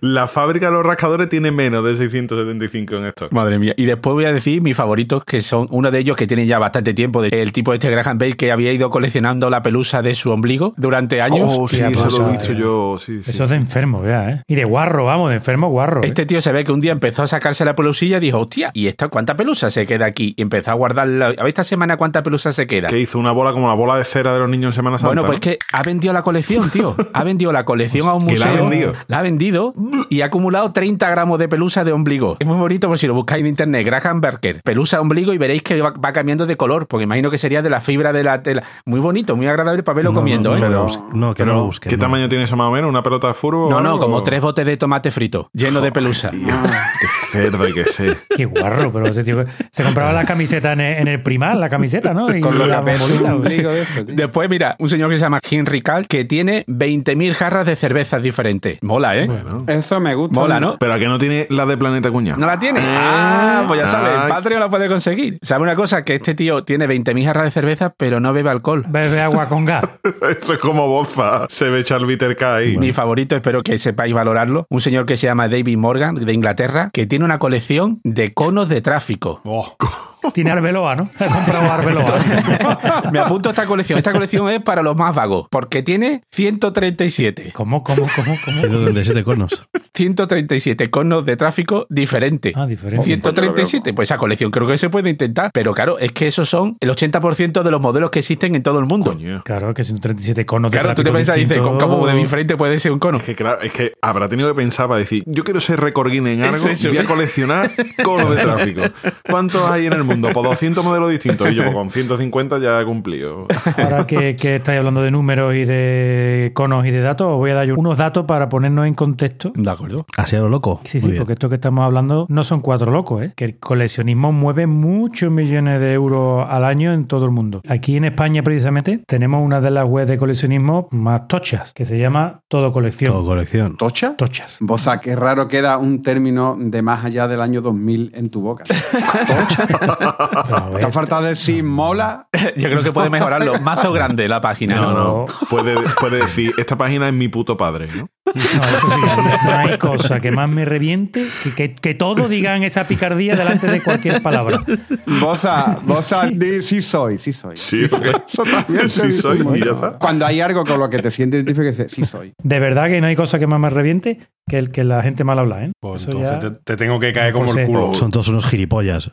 Speaker 1: la fábrica de los rascadores tiene menos de 675 en esto.
Speaker 6: Madre mía. Y después voy a decir mis favoritos, que son uno de ellos que tiene ya bastante tiempo. de- el tipo este Graham Bale que había ido coleccionando la pelusa de su ombligo durante años.
Speaker 1: Oh, sí,
Speaker 5: Hostia,
Speaker 1: eso lo
Speaker 5: pasa,
Speaker 1: he dicho
Speaker 5: eh.
Speaker 1: yo. Sí, sí.
Speaker 5: Eso es de enfermo, ya, ¿eh? Y de guarro, vamos, de enfermo guarro. ¿eh?
Speaker 6: Este tío se ve que un día empezó a sacarse la pelusilla y dijo, hostia, ¿y esta cuánta pelusa se queda aquí? Y empezó a guardarla. A ver esta semana cuánta pelusa se queda.
Speaker 1: Que hizo una bola como la bola de cera de los niños en Semana Santa.
Speaker 6: Bueno, pues que ha vendido la colección, tío. Ha vendido la colección a un
Speaker 1: Que la ha
Speaker 6: museo.
Speaker 1: vendido.
Speaker 6: La ha vendido y ha acumulado 30 gramos de pelusa de ombligo. Es muy bonito, pues si lo buscáis en internet, Graham Berker, pelusa ombligo y veréis que va, va cambiando de color, porque imagino que sería de la fibra de la tela. Muy bonito, muy agradable para verlo
Speaker 2: No,
Speaker 6: comiendo,
Speaker 2: no,
Speaker 6: ¿eh?
Speaker 2: no lo bus- no, que no lo busques.
Speaker 1: ¿Qué
Speaker 2: no.
Speaker 1: tamaño tiene eso más o menos? ¿Una pelota de fútbol?
Speaker 6: No,
Speaker 1: o
Speaker 6: no,
Speaker 1: algo?
Speaker 6: como tres botes de tomate frito, lleno de pelusa.
Speaker 1: Tío, qué cerdo hay que ser.
Speaker 5: Qué guarro, pero ese tío se compraba la camiseta en el, en el primar, la camiseta, ¿no? Y
Speaker 3: Con lo
Speaker 5: la
Speaker 3: que pesa un
Speaker 5: bombolita,
Speaker 3: ombligo de eso, tío.
Speaker 6: Después, mira, un señor que se llama Henry Cal que tiene 20.000 jarras de cervezas diferentes. Mola, ¿eh?
Speaker 3: Eso me gusta.
Speaker 6: Mola, ¿no?
Speaker 1: Pero a que no tiene la de Planeta Cuña.
Speaker 6: ¿No la tiene? Ah, pues ya sabes, el Patreon la puede conseguir. ¿Sabe una cosa? Que este tío tiene 20.000 jarras de cerveza, pero no bebe alcohol.
Speaker 5: Bebe agua con gas.
Speaker 1: Eso es como boza. Se ve echar el bitter K ahí.
Speaker 6: Mi favorito, espero que sepáis valorarlo. Un señor que se llama David Morgan, de Inglaterra, que tiene una colección de conos de tráfico.
Speaker 4: Oh,
Speaker 5: Tiene Arbeloa, ¿no? Ha comprado Arbeloa.
Speaker 6: Me apunto a esta colección. Esta colección es para los más vagos, porque tiene 137.
Speaker 5: ¿Cómo, cómo, cómo, cómo?
Speaker 2: 137 conos.
Speaker 6: 137 conos de tráfico diferentes.
Speaker 5: Ah, diferente.
Speaker 6: 137, pues esa colección creo que se puede intentar, pero claro, es que esos son el 80% de los modelos que existen en todo el mundo.
Speaker 1: Coño.
Speaker 5: Claro, que 137 conos de
Speaker 6: Claro, tú te
Speaker 5: tráfico
Speaker 6: piensas, dices,
Speaker 5: distinto.
Speaker 6: ¿cómo de diferente puede ser un cono?
Speaker 1: Es que, claro, es que habrá tenido que pensar para decir, yo quiero ser récord Guinness en algo,
Speaker 6: Eso, eso.
Speaker 1: voy a coleccionar conos de tráfico. ¿Cuántos hay en el mundo? Pues 200 modelos distintos. Y yo pues, con 150 ya he cumplido.
Speaker 5: Ahora que, que estáis hablando de números y de conos y de datos, os voy a dar yo unos datos para ponernos en contexto.
Speaker 6: De acuerdo.
Speaker 2: Así a lo loco.
Speaker 5: Sí, sí,
Speaker 2: Muy bien.
Speaker 5: porque esto que estamos hablando no son cuatro locos, ¿eh? que el coleccionismo mueve muchos millones de euros al año en todo el mundo. Aquí en España, precisamente, tenemos una de las webs de coleccionismo más tochas, que se llama Todo Colección.
Speaker 2: Todo colección.
Speaker 3: ¿Tocha?
Speaker 5: Tochas.
Speaker 3: Boza, qué raro queda un término de más allá del año 2000 en tu boca. ¿Tocha?
Speaker 5: Pero a
Speaker 3: ¿Te
Speaker 5: ver,
Speaker 3: ha faltado decir mola?
Speaker 6: Yo creo que puede mejorarlo. Mazo grande la página.
Speaker 1: No,
Speaker 5: no.
Speaker 1: no. Puede, puede decir, esta página es mi puto padre, ¿no?
Speaker 5: no, eso sí, no hay cosa que más me reviente que, que, que todos digan esa picardía delante de cualquier palabra.
Speaker 3: Boza, Boza, di, sí soy, sí soy.
Speaker 1: Sí,
Speaker 3: Eso también
Speaker 1: Sí
Speaker 3: te he visto
Speaker 1: soy,
Speaker 3: mucho.
Speaker 1: y ya está.
Speaker 3: Cuando hay algo con lo que te sientes identificado, dices, sí soy.
Speaker 5: De verdad que no hay cosa que más me reviente que el que la gente mal habla, ¿eh?
Speaker 4: Pues
Speaker 5: Eso
Speaker 4: entonces
Speaker 5: ya-
Speaker 4: te, te tengo que caer como
Speaker 5: Pues
Speaker 4: el
Speaker 5: sí.
Speaker 4: culo.
Speaker 2: Son todos unos gilipollas.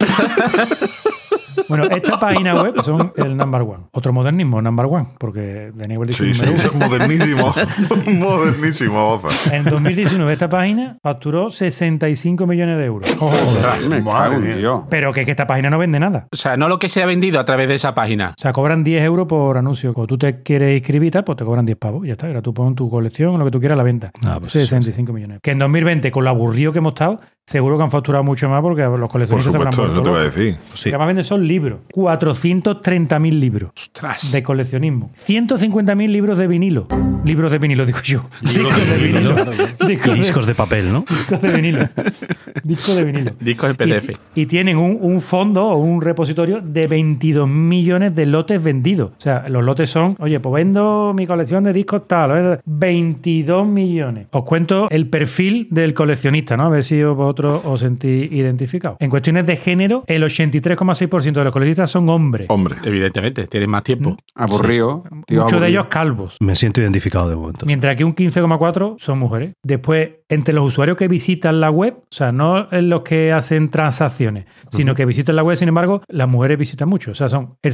Speaker 5: Bueno, esta página web son el number one. Otro modernismo, number one, porque The Neighbor
Speaker 1: Sí,
Speaker 5: dice
Speaker 1: sí,
Speaker 5: número uno.
Speaker 1: es modernísimo. modernísimo, Oza.
Speaker 5: En 2019 esta página facturó 65 millones de euros.
Speaker 4: Ostras,
Speaker 3: Me
Speaker 4: madre
Speaker 3: cago en
Speaker 4: mía.
Speaker 3: Dios.
Speaker 5: Pero que, que esta página no vende nada.
Speaker 6: O sea, no lo que se ha vendido a través de esa página.
Speaker 5: O sea, cobran 10 euros por anuncio. Cuando tú te quieres inscribir y tal, pues te cobran 10 pavos. Ya está. Ahora tú pon tu colección, lo que tú quieras, a la venta.
Speaker 2: Ah, pues eso
Speaker 5: 65 millones. Que en 2020, con lo aburrido que hemos estado, seguro que han facturado mucho más porque los
Speaker 1: Por
Speaker 5: coleccionistas
Speaker 1: supuesto,
Speaker 5: se habrán
Speaker 1: eso te
Speaker 5: vuelto
Speaker 1: voy a
Speaker 5: locos.
Speaker 1: decir.
Speaker 2: Sí.
Speaker 5: Lo que más venden son libros. 430.000 libros.
Speaker 6: Ostras.
Speaker 5: de coleccionismo. 150.000 libros de vinilo. Libros de vinilo, digo yo. Discos de vinilo.
Speaker 2: Y
Speaker 5: Discos de-
Speaker 2: discos de papel, ¿no?
Speaker 5: discos de vinilo. Discos de vinilo.
Speaker 6: Discos en PDF.
Speaker 5: Y, y tienen un, un fondo o un repositorio de 22 millones de lotes vendidos. O sea, los lotes son, oye, pues vendo mi colección de discos tal, ¿eh? 22 millones. Os cuento el perfil del coleccionista, ¿no? A ver si vosotros os sentís identificados. En cuestiones de género, el 83,6% de los coleccionistas son hombres.
Speaker 1: Hombre.
Speaker 6: Evidentemente, tienes más tiempo.
Speaker 3: Aburrido. tío,
Speaker 5: Muchos de
Speaker 3: aburrido.
Speaker 5: ellos calvos.
Speaker 2: Me siento identificado de momento.
Speaker 5: Mientras que un 15,4 son mujeres. Después, entre los usuarios que visitan la web, o sea, no en los que hacen transacciones, sino que visitan la web, sin embargo, las mujeres visitan mucho. O sea, son el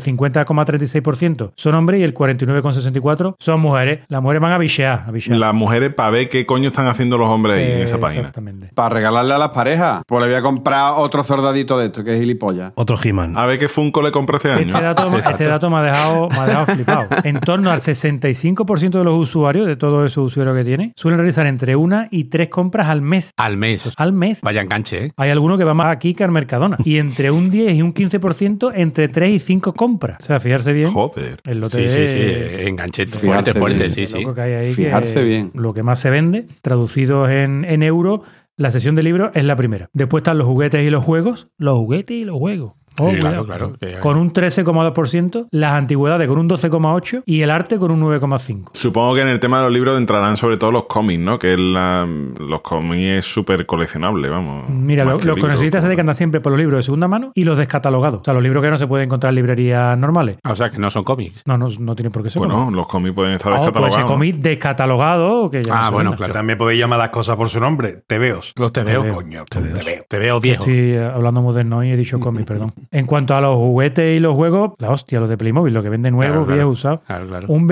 Speaker 5: 50,36% son hombres y el 49,64% son mujeres. Las mujeres van a bichear. A bichear. Eh,
Speaker 1: Las mujeres para ver qué coño están haciendo los hombres ahí en esa página.
Speaker 5: Exactamente.
Speaker 3: Para regalarle a las parejas, pues le voy a comprar otro soldadito de esto, que es gilipollas.
Speaker 2: Otro He-Man.
Speaker 1: A ver qué Funko le compré este año.
Speaker 5: Este dato,
Speaker 6: Exacto.
Speaker 5: este dato me, ha dejado, me ha dejado flipado. En torno al 65% de los usuarios, de todos esos usuarios que tiene, suelen realizar entre una y tres compras al mes.
Speaker 6: Al mes.
Speaker 5: Al mes.
Speaker 6: Vaya enganche, ¿eh?
Speaker 5: Hay alguno que va más aquí que al Mercadona. Y entre un 10 y un 15%, entre 3 y 5 compras. O sea, fijarse bien.
Speaker 1: Joder.
Speaker 5: El lote
Speaker 6: Sí, sí, sí.
Speaker 5: es-
Speaker 6: Enganche
Speaker 3: Fijarse
Speaker 6: fuerte, fuerte,
Speaker 3: bien.
Speaker 6: sí,
Speaker 5: lo
Speaker 6: sí.
Speaker 5: loco que hay ahí, que
Speaker 3: Fijarse bien.
Speaker 5: Lo que más se vende, traducidos en, en euro, la sesión de libros es la primera. Después están los juguetes y los juegos. Los juguetes y los juegos. Oh,
Speaker 6: Sí,
Speaker 5: cuidado.
Speaker 6: claro, claro. que-
Speaker 5: Con un 13,2%, las antigüedades con un 12,8% y el arte con un 9,5%.
Speaker 1: Supongo que en el tema de los libros entrarán sobre todo los cómics, ¿no? Que es la- los cómics es súper coleccionable, vamos.
Speaker 5: Mira,
Speaker 1: Más
Speaker 5: lo-
Speaker 1: que
Speaker 5: los
Speaker 1: libros,
Speaker 5: coleccionistas se
Speaker 1: como
Speaker 5: decantan siempre por los libros de segunda mano y los descatalogados. O sea, los libros que no se pueden encontrar en librerías normales.
Speaker 6: O sea, que no son cómics.
Speaker 5: No, no, no tienen por qué ser.
Speaker 1: tal. Bueno, los cómics pueden estar
Speaker 5: Ah, pues
Speaker 1: descatalogados.
Speaker 5: ese cómic descatalogado. Que ya no
Speaker 6: Ah,
Speaker 5: se
Speaker 6: bueno,
Speaker 5: venda.
Speaker 4: Que
Speaker 6: claro.
Speaker 4: También podéis llamar las cosas por su nombre. Te veo.
Speaker 6: Los te veo, coño.
Speaker 4: Coño, te veo.
Speaker 6: Te veo viejo.
Speaker 5: Estoy eh, hablando moderno y he dicho cómic, perdón. En cuanto a los juguetes y los juegos, la hostia, los de Playmobil, lo que vende nuevo,
Speaker 6: Claro, claro.
Speaker 5: viejo, usado.
Speaker 6: Claro, claro.
Speaker 5: Un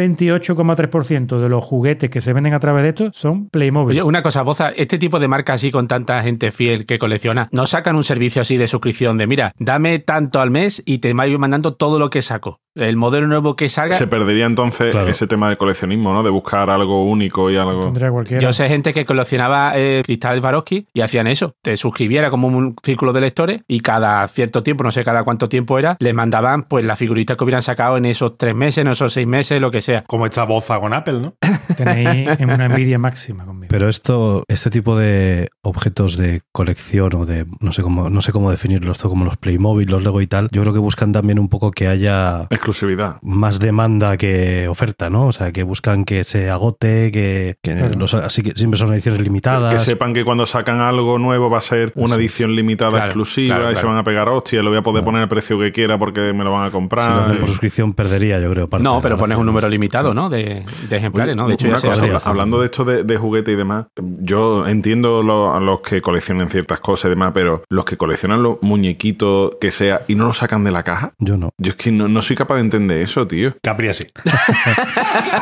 Speaker 5: 28,3% de los juguetes que se venden a través de esto son Playmobil.
Speaker 6: Oye, una cosa, Boza, este tipo de marca así con tanta gente fiel que colecciona, ¿no sacan un servicio así de suscripción de, mira, dame tanto al mes y te voy mandando todo lo que saco? El modelo nuevo que salga...
Speaker 1: Se perdería entonces
Speaker 2: Claro.
Speaker 1: ese tema del coleccionismo, ¿no? De buscar algo único y algo.
Speaker 5: Tendría cualquiera.
Speaker 6: Yo sé gente que coleccionaba eh, Cristal Swarovski y hacían eso. Te suscribiera como un círculo de lectores y cada cierto tiempo, no sé cada cuánto tiempo era, les mandaban pues las figuritas que hubieran sacado en esos tres meses, en esos seis meses, lo que sea.
Speaker 4: Como esta boza con Apple, ¿no?
Speaker 5: Tenéis en una envidia máxima conmigo.
Speaker 2: Pero esto, este tipo de objetos de colección o de no sé cómo, no sé cómo definirlo, esto como los Playmobil, los Lego y tal, yo creo que buscan también un poco que haya
Speaker 1: exclusividad.
Speaker 2: más demanda que oferta, ¿no? O sea, que buscan que se agote, que, que
Speaker 5: Claro.
Speaker 2: los- así que siempre son ediciones limitadas.
Speaker 1: Que sepan que cuando sacan algo nuevo va a ser una edición limitada
Speaker 6: Claro,
Speaker 1: exclusiva
Speaker 6: claro,
Speaker 1: y se
Speaker 6: claro.
Speaker 1: van a pegar hostia, lo voy a poder poner al precio que quiera porque me lo van a
Speaker 2: si lo
Speaker 1: comprar.
Speaker 2: hacen por suscripción perdería, yo creo. parte de
Speaker 6: No,
Speaker 2: la
Speaker 6: pero
Speaker 2: gracia.
Speaker 6: pones un número limitado, ¿no? De, de ejemplares, ¿no? De hecho,
Speaker 1: Una
Speaker 6: ya se
Speaker 1: cosa,
Speaker 6: hace.
Speaker 2: podría
Speaker 1: habla-
Speaker 2: hacer.
Speaker 1: hablando de esto de, de juguete y demás, yo entiendo lo- a los que coleccionan ciertas cosas y demás, pero los que coleccionan los muñequitos que sea y no los sacan de la caja,
Speaker 2: Yo no.
Speaker 1: yo es que no, no soy capaz de entender eso, tío.
Speaker 4: Capri así.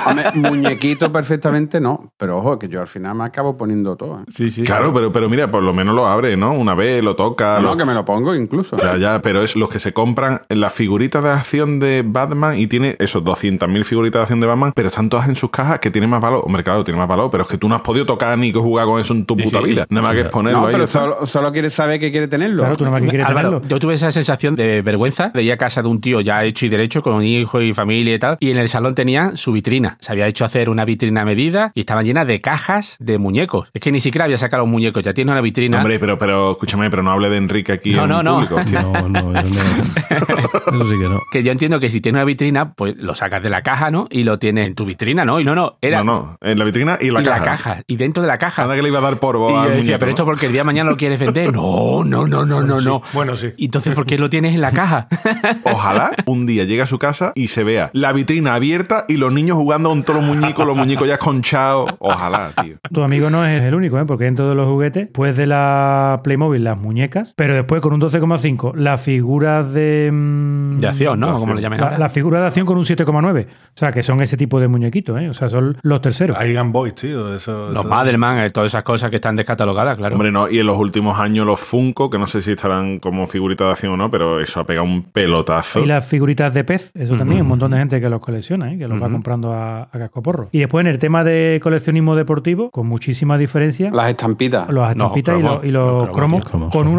Speaker 3: Hombre, muñequito perfectamente no, pero ojo, que yo al final me acabo poniendo todo. ¿eh?
Speaker 6: Sí, sí.
Speaker 1: Claro, pero, pero mira, por lo menos lo abre, ¿no? Una vez, lo toca.
Speaker 3: No,
Speaker 1: lo-
Speaker 3: que me lo pongo incluso.
Speaker 1: Ya, ya, pero es los que se compran las figuritas de acción de Batman y tiene esos 200.000 figuritas de acción de Batman, pero están todas en sus cajas que tienen más valor. Hombre, claro, tiene más valor, pero es que tú no has podido tocar ni que jugar con eso en tu
Speaker 6: Sí,
Speaker 1: puta
Speaker 6: sí.
Speaker 1: vida. Nada más que ponerlo
Speaker 3: No,
Speaker 1: ahí.
Speaker 3: pero
Speaker 1: está.
Speaker 3: solo, solo quiere saber que quiere tenerlo.
Speaker 5: Claro, tú nomás que quieres
Speaker 6: Álvaro,
Speaker 5: tenerlo.
Speaker 6: yo tuve esa sensación de vergüenza de ir a casa de un tío ya hecho y derecho con hijo y familia y tal, y en el salón tenía su vitrina. Se había hecho hacer una vitrina a medida y estaba llena de cajas de muñecos. Es que ni siquiera había sacado un muñeco, ya tiene una vitrina.
Speaker 1: Hombre, pero, pero escúchame, pero no hable de Enrique aquí
Speaker 6: No,
Speaker 1: en
Speaker 6: no, no.
Speaker 1: público. tío.
Speaker 2: No, no, yo no. Eso sí que no.
Speaker 6: Que yo entiendo que si tienes una vitrina, pues lo sacas de la caja, ¿no? Y lo tienes en tu vitrina, ¿no? Y no, no,
Speaker 1: No,
Speaker 6: era
Speaker 1: no, en la vitrina y
Speaker 6: y
Speaker 1: la caja.
Speaker 6: Y dentro de la caja.
Speaker 1: Anda que le iba a dar porvo
Speaker 6: Y yo
Speaker 1: al
Speaker 6: decía,
Speaker 1: muñeco,
Speaker 6: pero esto
Speaker 1: ¿no?
Speaker 6: porque el día de mañana lo quieres vender. No, no, no, no, no, no.
Speaker 4: Bueno, sí.
Speaker 6: ¿Y Entonces, ¿por qué lo tienes en la caja?
Speaker 1: Ojalá un día llegue a su casa y se vea la vitrina abierta y los niños jugando con todos los muñecos, los muñecos ya conchados. Ojalá, tío.
Speaker 5: Tu amigo no es el único, ¿eh? porque dentro de los juguetes, pues de la Playmobil, las muñecas, pero después con un 12,5, las figuras de. mm,
Speaker 6: De acción, ¿no? Como lo llamen
Speaker 5: La,
Speaker 6: ahora.
Speaker 5: la figura de acción con un 7,9. O sea, que son ese tipo de muñequitos, ¿eh? O sea, son los terceros.
Speaker 4: Hay Game Boys, tío. Eso,
Speaker 6: Los
Speaker 4: eso-
Speaker 6: Madelman, eh, todas esas cosas que están descatalogadas, claro.
Speaker 1: Hombre, no, y en los últimos años los Funko, que no sé si estarán como figuritas de acción o no, pero eso ha pegado un pelotazo.
Speaker 5: Y las figuritas de pez, eso también, hay un montón de gente que los colecciona, ¿eh? que los va comprando a, a cascoporro. Y después en el tema de coleccionismo deportivo, con muchísima diferencia,
Speaker 3: Las estampitas.
Speaker 5: los estampitas y
Speaker 6: cromos,
Speaker 5: los, y los
Speaker 6: los cromos,
Speaker 5: cromos,
Speaker 2: los cromos,
Speaker 5: con
Speaker 2: sí.
Speaker 5: un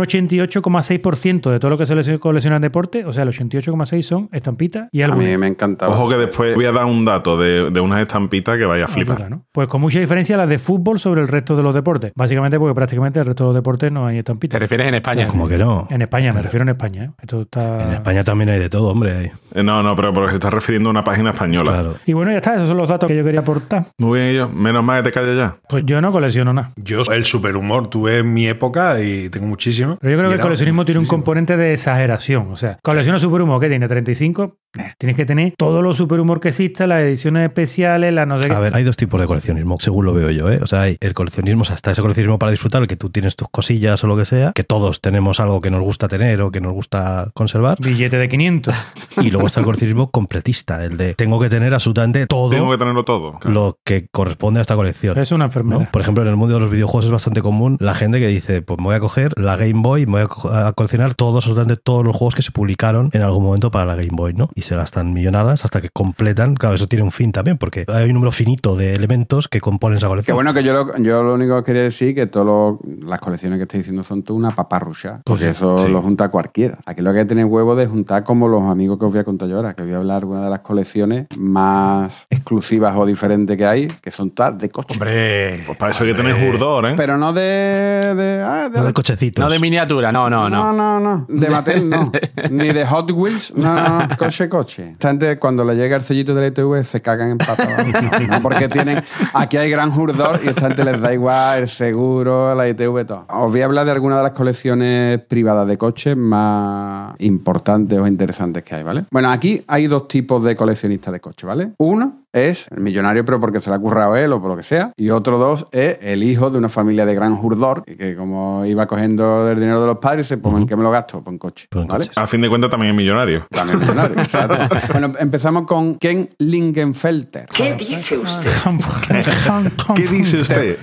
Speaker 5: 88,6% de todo lo que se le- colecciona en deporte, o sea, los 88,6% son estampitas y
Speaker 3: A
Speaker 5: algo.
Speaker 3: mí me encantaba.
Speaker 1: Ojo que después voy a dar un dato de, de unas estampitas que vaya a flipar.
Speaker 5: ¿no? Pues con mucha diferencia las de fútbol sobre el resto de los deportes. Básicamente porque prácticamente el resto de los deportes no hay
Speaker 6: Te
Speaker 5: estampitas.
Speaker 6: refieres en España.
Speaker 2: Como que no.
Speaker 5: En España, me refiero en España. ¿eh? Esto está...
Speaker 2: En España también hay de todo, hombre. ahí.
Speaker 1: Eh, No, no, pero porque se está refiriendo a una página española.
Speaker 2: Claro.
Speaker 5: Y bueno, ya está, esos son los datos que yo quería aportar.
Speaker 1: Muy bien, ellos. Menos mal que te calles ya.
Speaker 5: Pues yo no colecciono nada.
Speaker 4: Yo el superhumor tuve en mi época y tengo muchísimo.
Speaker 5: Pero yo
Speaker 4: Y
Speaker 5: creo que el
Speaker 4: era-
Speaker 5: coleccionismo tiene un componente de exageración. O sea, colecciona superhumor, ¿qué tiene? ¿35? Eh, Tienes que tener todos los superhumor que exista, las ediciones especiales, las no sé qué.
Speaker 2: A ver, hay dos tipos de coleccionismo, según lo veo yo, ¿eh? O sea, hay el coleccionismo, o sea, está ese coleccionismo para disfrutar, el que tú tienes tus cosillas o lo que sea, que todos tenemos algo que nos gusta tener o que nos gusta conservar,
Speaker 5: Billete de 500.
Speaker 2: y luego está el coleccionismo completista, el de tengo que tener absolutamente todo
Speaker 1: Tengo que tenerlo todo.
Speaker 2: lo que corresponde a esta colección.
Speaker 5: es una
Speaker 2: ¿no?
Speaker 5: enfermedad.
Speaker 2: Por ejemplo, en el mundo de los videojuegos es bastante común la gente que dice, pues me voy a coger la Game Boy, me voy a co- a, coleccionar todos, absolutamente todos los juegos que se publicaron en algún momento para la Game Boy, ¿no? Y se gastan millonadas hasta que completan, claro, eso tiene un fin también, porque hay un número finito de elementos que componen esa
Speaker 3: Que
Speaker 2: colección.
Speaker 3: bueno, que yo lo, yo lo único que quería decir que todas las colecciones que estoy diciendo son tú una paparrucha. Porque eso lo junta cualquiera. Aquí lo que hay que tener huevo de juntar como los amigos que os voy a contar yo ahora, que voy a hablar de una de las colecciones más exclusivas o diferentes que hay, que son todas de coche.
Speaker 6: Hombre.
Speaker 1: Pues para eso hay que tener jurdor, ¿eh?
Speaker 3: Pero no de. de, ah, de-
Speaker 2: No de cochecitos.
Speaker 6: No de miniatura, no, no,
Speaker 3: no, no,
Speaker 6: no.
Speaker 3: no. De Mattel no. Ni de Hot Wheels. No, no, no. Coche, coche. Esta gente cuando le llega el sellito de la ITV se cagan en patas. No, no, porque tienen... Aquí hay gran jurdor y esta gente les da igual el seguro, la ITV, todo. Os voy a hablar de algunas de las colecciones privadas de coches más importantes o interesantes que hay, ¿vale? Bueno, aquí hay dos tipos de coleccionistas de coches, ¿vale? Uno es el millonario, pero porque se le ha currado él o por lo que sea. Y otro dos es el hijo de una familia de gran jurdor, que- que como iba cogiendo el dinero de los padres, se pone, ¿en qué me lo gasto? Pues en coche.
Speaker 2: Pues en
Speaker 3: ¿vale?
Speaker 2: coches.
Speaker 1: A fin de cuentas también es millonario.
Speaker 3: También millonario, exacto. Bueno, empezamos con Ken Lingenfelter.
Speaker 8: ¿Qué dice usted?
Speaker 1: ¿Qué dice usted?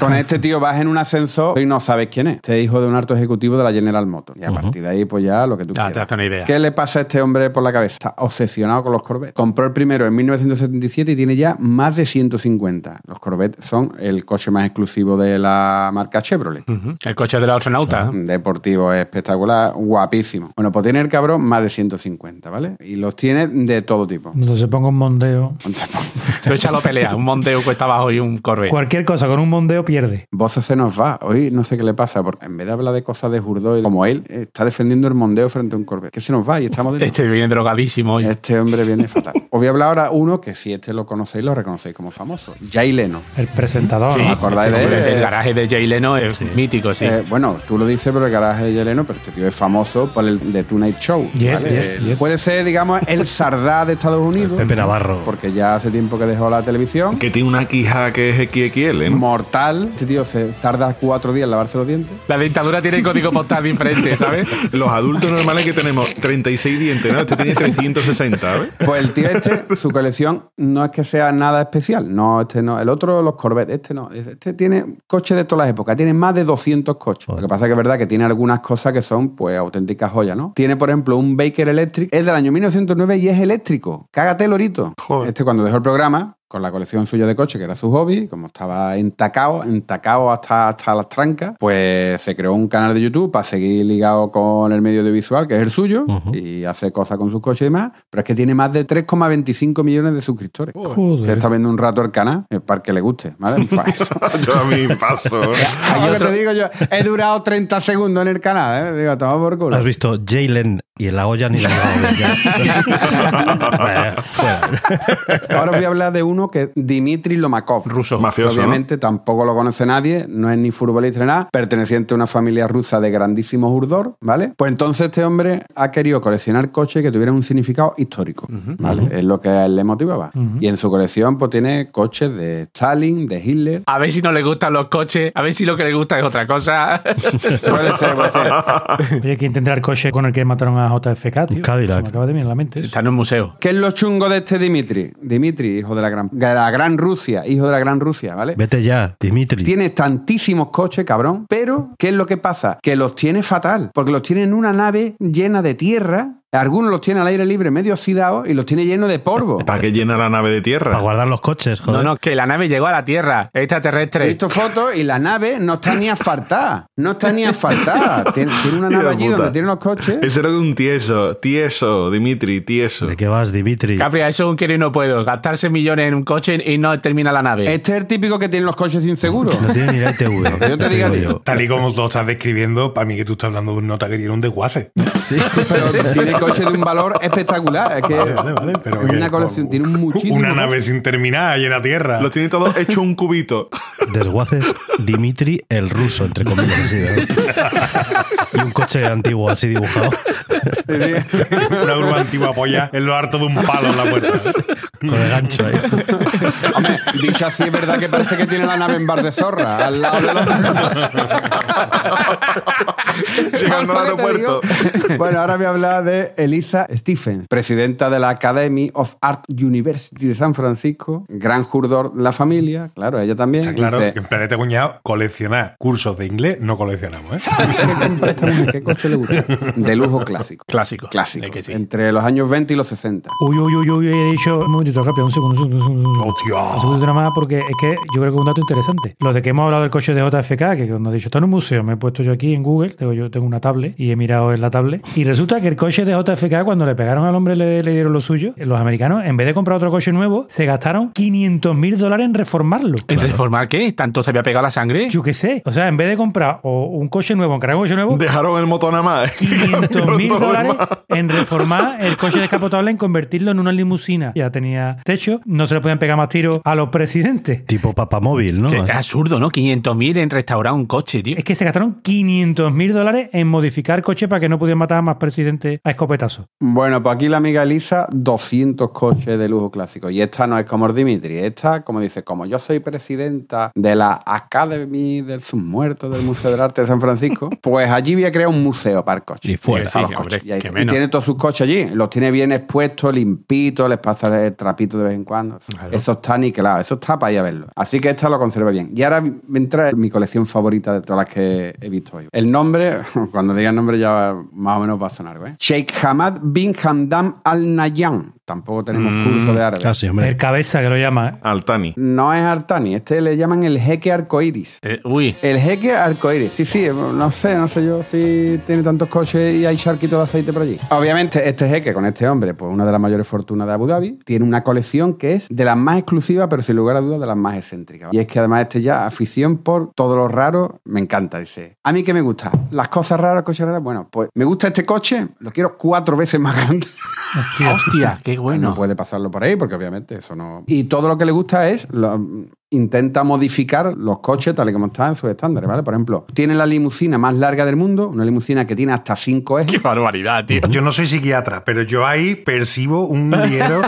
Speaker 3: Con este tío vas en un ascensor y no sabes quién es. Este hijo de un alto ejecutivo de la General Motors. Y a partir de ahí, pues ya lo que tú
Speaker 6: Ah,
Speaker 3: quieras.
Speaker 6: te haces una idea.
Speaker 3: ¿Qué le pasa a este hombre por la cabeza? Está obsesionado con los Corvettes. Compró el primero en 2017 y tiene ya más de 150. Los Corvette son el coche más exclusivo de la marca Chevrolet. Ah,
Speaker 6: Ujú. El coche de la astronauta.
Speaker 3: Deportivo espectacular, guapísimo. Bueno, pues tiene el cabrón más de 150, ¿vale? Y los tiene de todo tipo.
Speaker 5: Donde se ponga un mondeo.
Speaker 3: Ah.
Speaker 6: Tú échalo pelea. Un Mondeo cuesta abajo y un Corvette.
Speaker 5: Cualquier cosa con un mondeo pierde.
Speaker 3: Bozo se nos va. Hoy no sé qué le pasa, porque en vez de hablar de cosas de Jurdo, como él eh, está defendiendo el mondeo frente a un Corvette, que se nos va y estamos de
Speaker 6: Este viene drogadísimo. hoy.
Speaker 3: Este hombre viene fatal. Os voy a hablar ahora uno que si este lo conocéis, lo reconocéis como famoso. Jay Leno.
Speaker 5: El presentador.
Speaker 6: Sí,
Speaker 5: ¿no?
Speaker 3: acordáis de él?
Speaker 6: el, el garaje de Jay Leno es mítico, sí.
Speaker 3: Eh, bueno, tú lo dices por el garaje de Jay Leno, pero este tío es famoso por el de Tonight Show.
Speaker 5: Yes,
Speaker 3: ¿vale?
Speaker 5: yes,
Speaker 3: Eh,
Speaker 5: yes.
Speaker 3: Puede ser, digamos, el sardá de Estados Unidos.
Speaker 2: Pepe Navarro.
Speaker 3: Porque ya hace tiempo que dejó la televisión.
Speaker 1: Que tiene una quija que es XXL, ¿no?
Speaker 3: Mortal. Este tío se tarda cuatro días en lavarse los dientes.
Speaker 6: La dictadura tiene código postal diferente, ¿sabes?
Speaker 1: Los adultos normales que tenemos 36 dientes, ¿no? Este tiene 360, ¿sabes?
Speaker 3: Pues el tío este, su colección no es que sea nada especial. No, este no. El otro, los Corvette. Este no. Este tiene coches de todas las épocas. Tiene más de 200 coches. Lo que pasa es que es verdad que tiene algunas cosas que son, pues, auténticas joyas, ¿no? Tiene, por ejemplo, un Baker Electric. Es del año 1909 y es eléctrico. Cágate, Lorito.
Speaker 1: Joder.
Speaker 3: Este, cuando dejó el programa con la colección suya de coches, que era su hobby, como estaba entacado, entacado hasta, hasta las trancas, pues se creó un canal de YouTube para seguir ligado con el medio audiovisual, que es el suyo, y hace cosas con sus coches y demás, pero es que tiene más de 3,25 millones de suscriptores.
Speaker 5: Joder.
Speaker 3: Que está viendo un rato el canal, eh, para que le guste, ¿vale? Para eso.
Speaker 1: Yo a mí paso. ¿eh?
Speaker 3: Es lo que te digo yo, he durado 30 segundos en el canal, ¿eh? Digo, toma por culo.
Speaker 2: Has visto Jalen y la olla ni la olla.
Speaker 3: Ahora os voy a hablar de uno que es Dimitri Lomakov.
Speaker 6: Ruso.
Speaker 1: Mafioso, ¿no?
Speaker 3: Obviamente tampoco lo conoce nadie, no es ni futbolista ni nada, perteneciente a una familia rusa de grandísimo urdor, ¿vale? Pues entonces este hombre ha querido coleccionar coches que tuvieran un significado histórico, ¿vale? Es lo que a él le motivaba. Y en su colección pues tiene coches de Stalin, de Hitler.
Speaker 6: A ver si no le gustan los coches, a ver si lo que le gusta es otra cosa.
Speaker 3: Puede ser, puede ser.
Speaker 5: Oye, ¿quién tendrá el coche con el que mataron a JFK, tío?
Speaker 2: Un Cadillac.
Speaker 5: Se Me acaba de venir a la mente. eso.
Speaker 6: Está en un museo.
Speaker 3: ¿Qué es lo chungo de este Dimitri? Dimitri, hijo de la gran, de la gran Rusia, hijo de la gran Rusia, ¿vale?
Speaker 2: Vete ya, Dimitri.
Speaker 3: Tiene tantísimos coches, cabrón. Pero, ¿qué es lo que pasa? Que los tiene fatal. Porque los tiene en una nave llena de tierra. Algunos los tiene al aire libre, medio oxidado, y los tiene llenos de polvo.
Speaker 1: ¿Para qué llena la nave de
Speaker 2: Para
Speaker 1: tierra?
Speaker 2: guardar los coches,
Speaker 6: No,
Speaker 2: joder.
Speaker 6: no, que la nave llegó a la Tierra,
Speaker 3: He
Speaker 6: extraterrestre.
Speaker 3: visto fotos y la nave no está ni asfaltada. No está ni asfaltada. Tiene, tiene una nave
Speaker 1: Tío
Speaker 3: allí
Speaker 1: puta.
Speaker 3: donde tienen los coches.
Speaker 1: Ese era de un tieso, tieso, Dimitri, tieso.
Speaker 2: ¿De qué vas, Dimitri?
Speaker 6: Capri, a eso es un quiero y no puedo. Gastarse millones en un coche y no termina la nave.
Speaker 3: Este es el típico que tiene los coches sin seguro.
Speaker 2: No tiene ni la ITV.
Speaker 3: que yo te diga a ti.
Speaker 2: digo
Speaker 4: Tal y como tú lo estás describiendo, para mí que tú estás hablando de un nota que tiene un desguace.
Speaker 3: Pero tiene coches de un valor espectacular. Es que
Speaker 4: Vale, vale, vale. Pero
Speaker 3: es
Speaker 4: que-
Speaker 3: una colección, tiene muchísimo.
Speaker 4: Una nave sin terminar llena tierra.
Speaker 1: Lo tiene todo hecho un cubito.
Speaker 2: yo. Desguaces Dimitri el ruso, entre comillas. así, ¿no? Y un coche antiguo así dibujado.
Speaker 4: Una grúa antigua polla en lo harto de un palo en la puerta.
Speaker 2: Con el gancho ahí.
Speaker 3: Hombre, dicho así, es verdad que parece que tiene la nave en bar de zorra, al lado de los...
Speaker 1: Llegando al aeropuerto.
Speaker 3: Bueno, ahora voy a hablar de Eliza Stephens, presidenta de la Academy of Art University de San Francisco, gran jurdor de la familia, claro, ella también.
Speaker 4: Está claro
Speaker 3: Dice,
Speaker 4: que en Planeta Cuñado coleccionar cursos de inglés no coleccionamos, ¿eh?
Speaker 3: "¿Qué compra esta mujer? ¿Qué coche le gusta? De lujo clásico.
Speaker 6: Clásico.
Speaker 3: Clásico.
Speaker 6: Es que sí.
Speaker 3: Entre los años 20 y los 60.
Speaker 5: Uy, uy, uy, uy, he dicho. Un momentito, Capi, un segundo, un segundo, un segundo. un segundo.
Speaker 4: Hostia.
Speaker 5: Un segundo nada más, porque es que yo creo que es un dato interesante. Lo de que hemos hablado del coche de JFK, que cuando he dicho está en un museo, me he puesto yo aquí en Google, tengo, yo tengo una tablet y he mirado en la tablet. Y resulta que el coche de JFK, cuando le pegaron al hombre, le, le dieron lo suyo. Los americanos, en vez de comprar otro coche nuevo, se gastaron 500 mil dólares en reformarlo.
Speaker 6: ¿En reformar qué? ¿Tanto se había pegado la sangre?
Speaker 5: Yo qué sé. O sea, en vez de comprar o un coche nuevo, encargar un coche nuevo,
Speaker 1: Dejaron el motor nada más.
Speaker 5: 500 mil
Speaker 1: Todo lo
Speaker 5: dólares
Speaker 1: demás.
Speaker 5: en reformar el coche descapotable, en convertirlo en una limusina. Ya tenía techo, no se le podían pegar más tiros a los presidentes.
Speaker 2: Tipo papamóvil, ¿no?
Speaker 6: Que
Speaker 3: eh.
Speaker 6: Es absurdo, ¿no? 500.000 en restaurar un coche, tío.
Speaker 5: Es que se gastaron 500 mil dólares en modificar el coche para que no pudieran matar a más presidentes a escopetazos.
Speaker 3: Bueno, pues aquí la amiga Elisa, 200 coches de lujo clásico. Y esta no es como el Dimitri, esta, como dice, como yo soy presidenta de la Academy del Sus Muertos del Museo del Arte de San Francisco, pues allí voy a crear un museo para el coche.
Speaker 2: Y fuera.
Speaker 6: Sí,
Speaker 3: A los
Speaker 6: hombre,
Speaker 3: coches. Y, ahí
Speaker 6: que
Speaker 3: está. Y
Speaker 6: menos.
Speaker 3: tiene todos sus coches allí, los tiene bien expuestos, limpitos, les pasa el trapito de vez en cuando. Eso está niquelado, eso está para ir a verlo. Así que esta lo conserva bien. Y ahora entra en mi colección favorita de todas las que he visto hoy. El nombre, cuando diga el nombre ya más o menos va a sonar, ¿eh? Sheikh Hamad bin Hamdan Al Nayan Tampoco tenemos curso de árabe.
Speaker 2: Casi, Ah, hombre.
Speaker 5: El cabeza que lo llama.
Speaker 1: Altani.
Speaker 3: No es Artani, este le llaman el jeque arcoiris.
Speaker 6: Eh, uy,
Speaker 3: El jeque arcoíris. Sí, sí, no sé, no sé yo si tiene tantos coches y hay charquitos de aceite por allí. Obviamente, este jeque con este hombre, pues una de las mayores fortunas de Abu Dhabi, tiene una colección que es de las más exclusivas, pero sin lugar a dudas de las más excéntricas. Y es que además este ya, afición por todo lo raro, me encanta, dice. A mí que me gusta, las cosas raras, coches raros, bueno, pues me gusta este coche, lo quiero cuatro veces más grande.
Speaker 6: hostia, qué
Speaker 3: Pues No
Speaker 6: bueno.
Speaker 3: puede pasarlo por ahí, porque obviamente eso no. Y todo lo que le gusta es. lo- intenta modificar los coches tal y como están en sus estándares, ¿vale? Por ejemplo, tiene la limusina más larga del mundo, una limusina que tiene hasta cinco ejes.
Speaker 6: Qué barbaridad, tío.
Speaker 7: Yo no soy psiquiatra, pero yo ahí percibo un ligero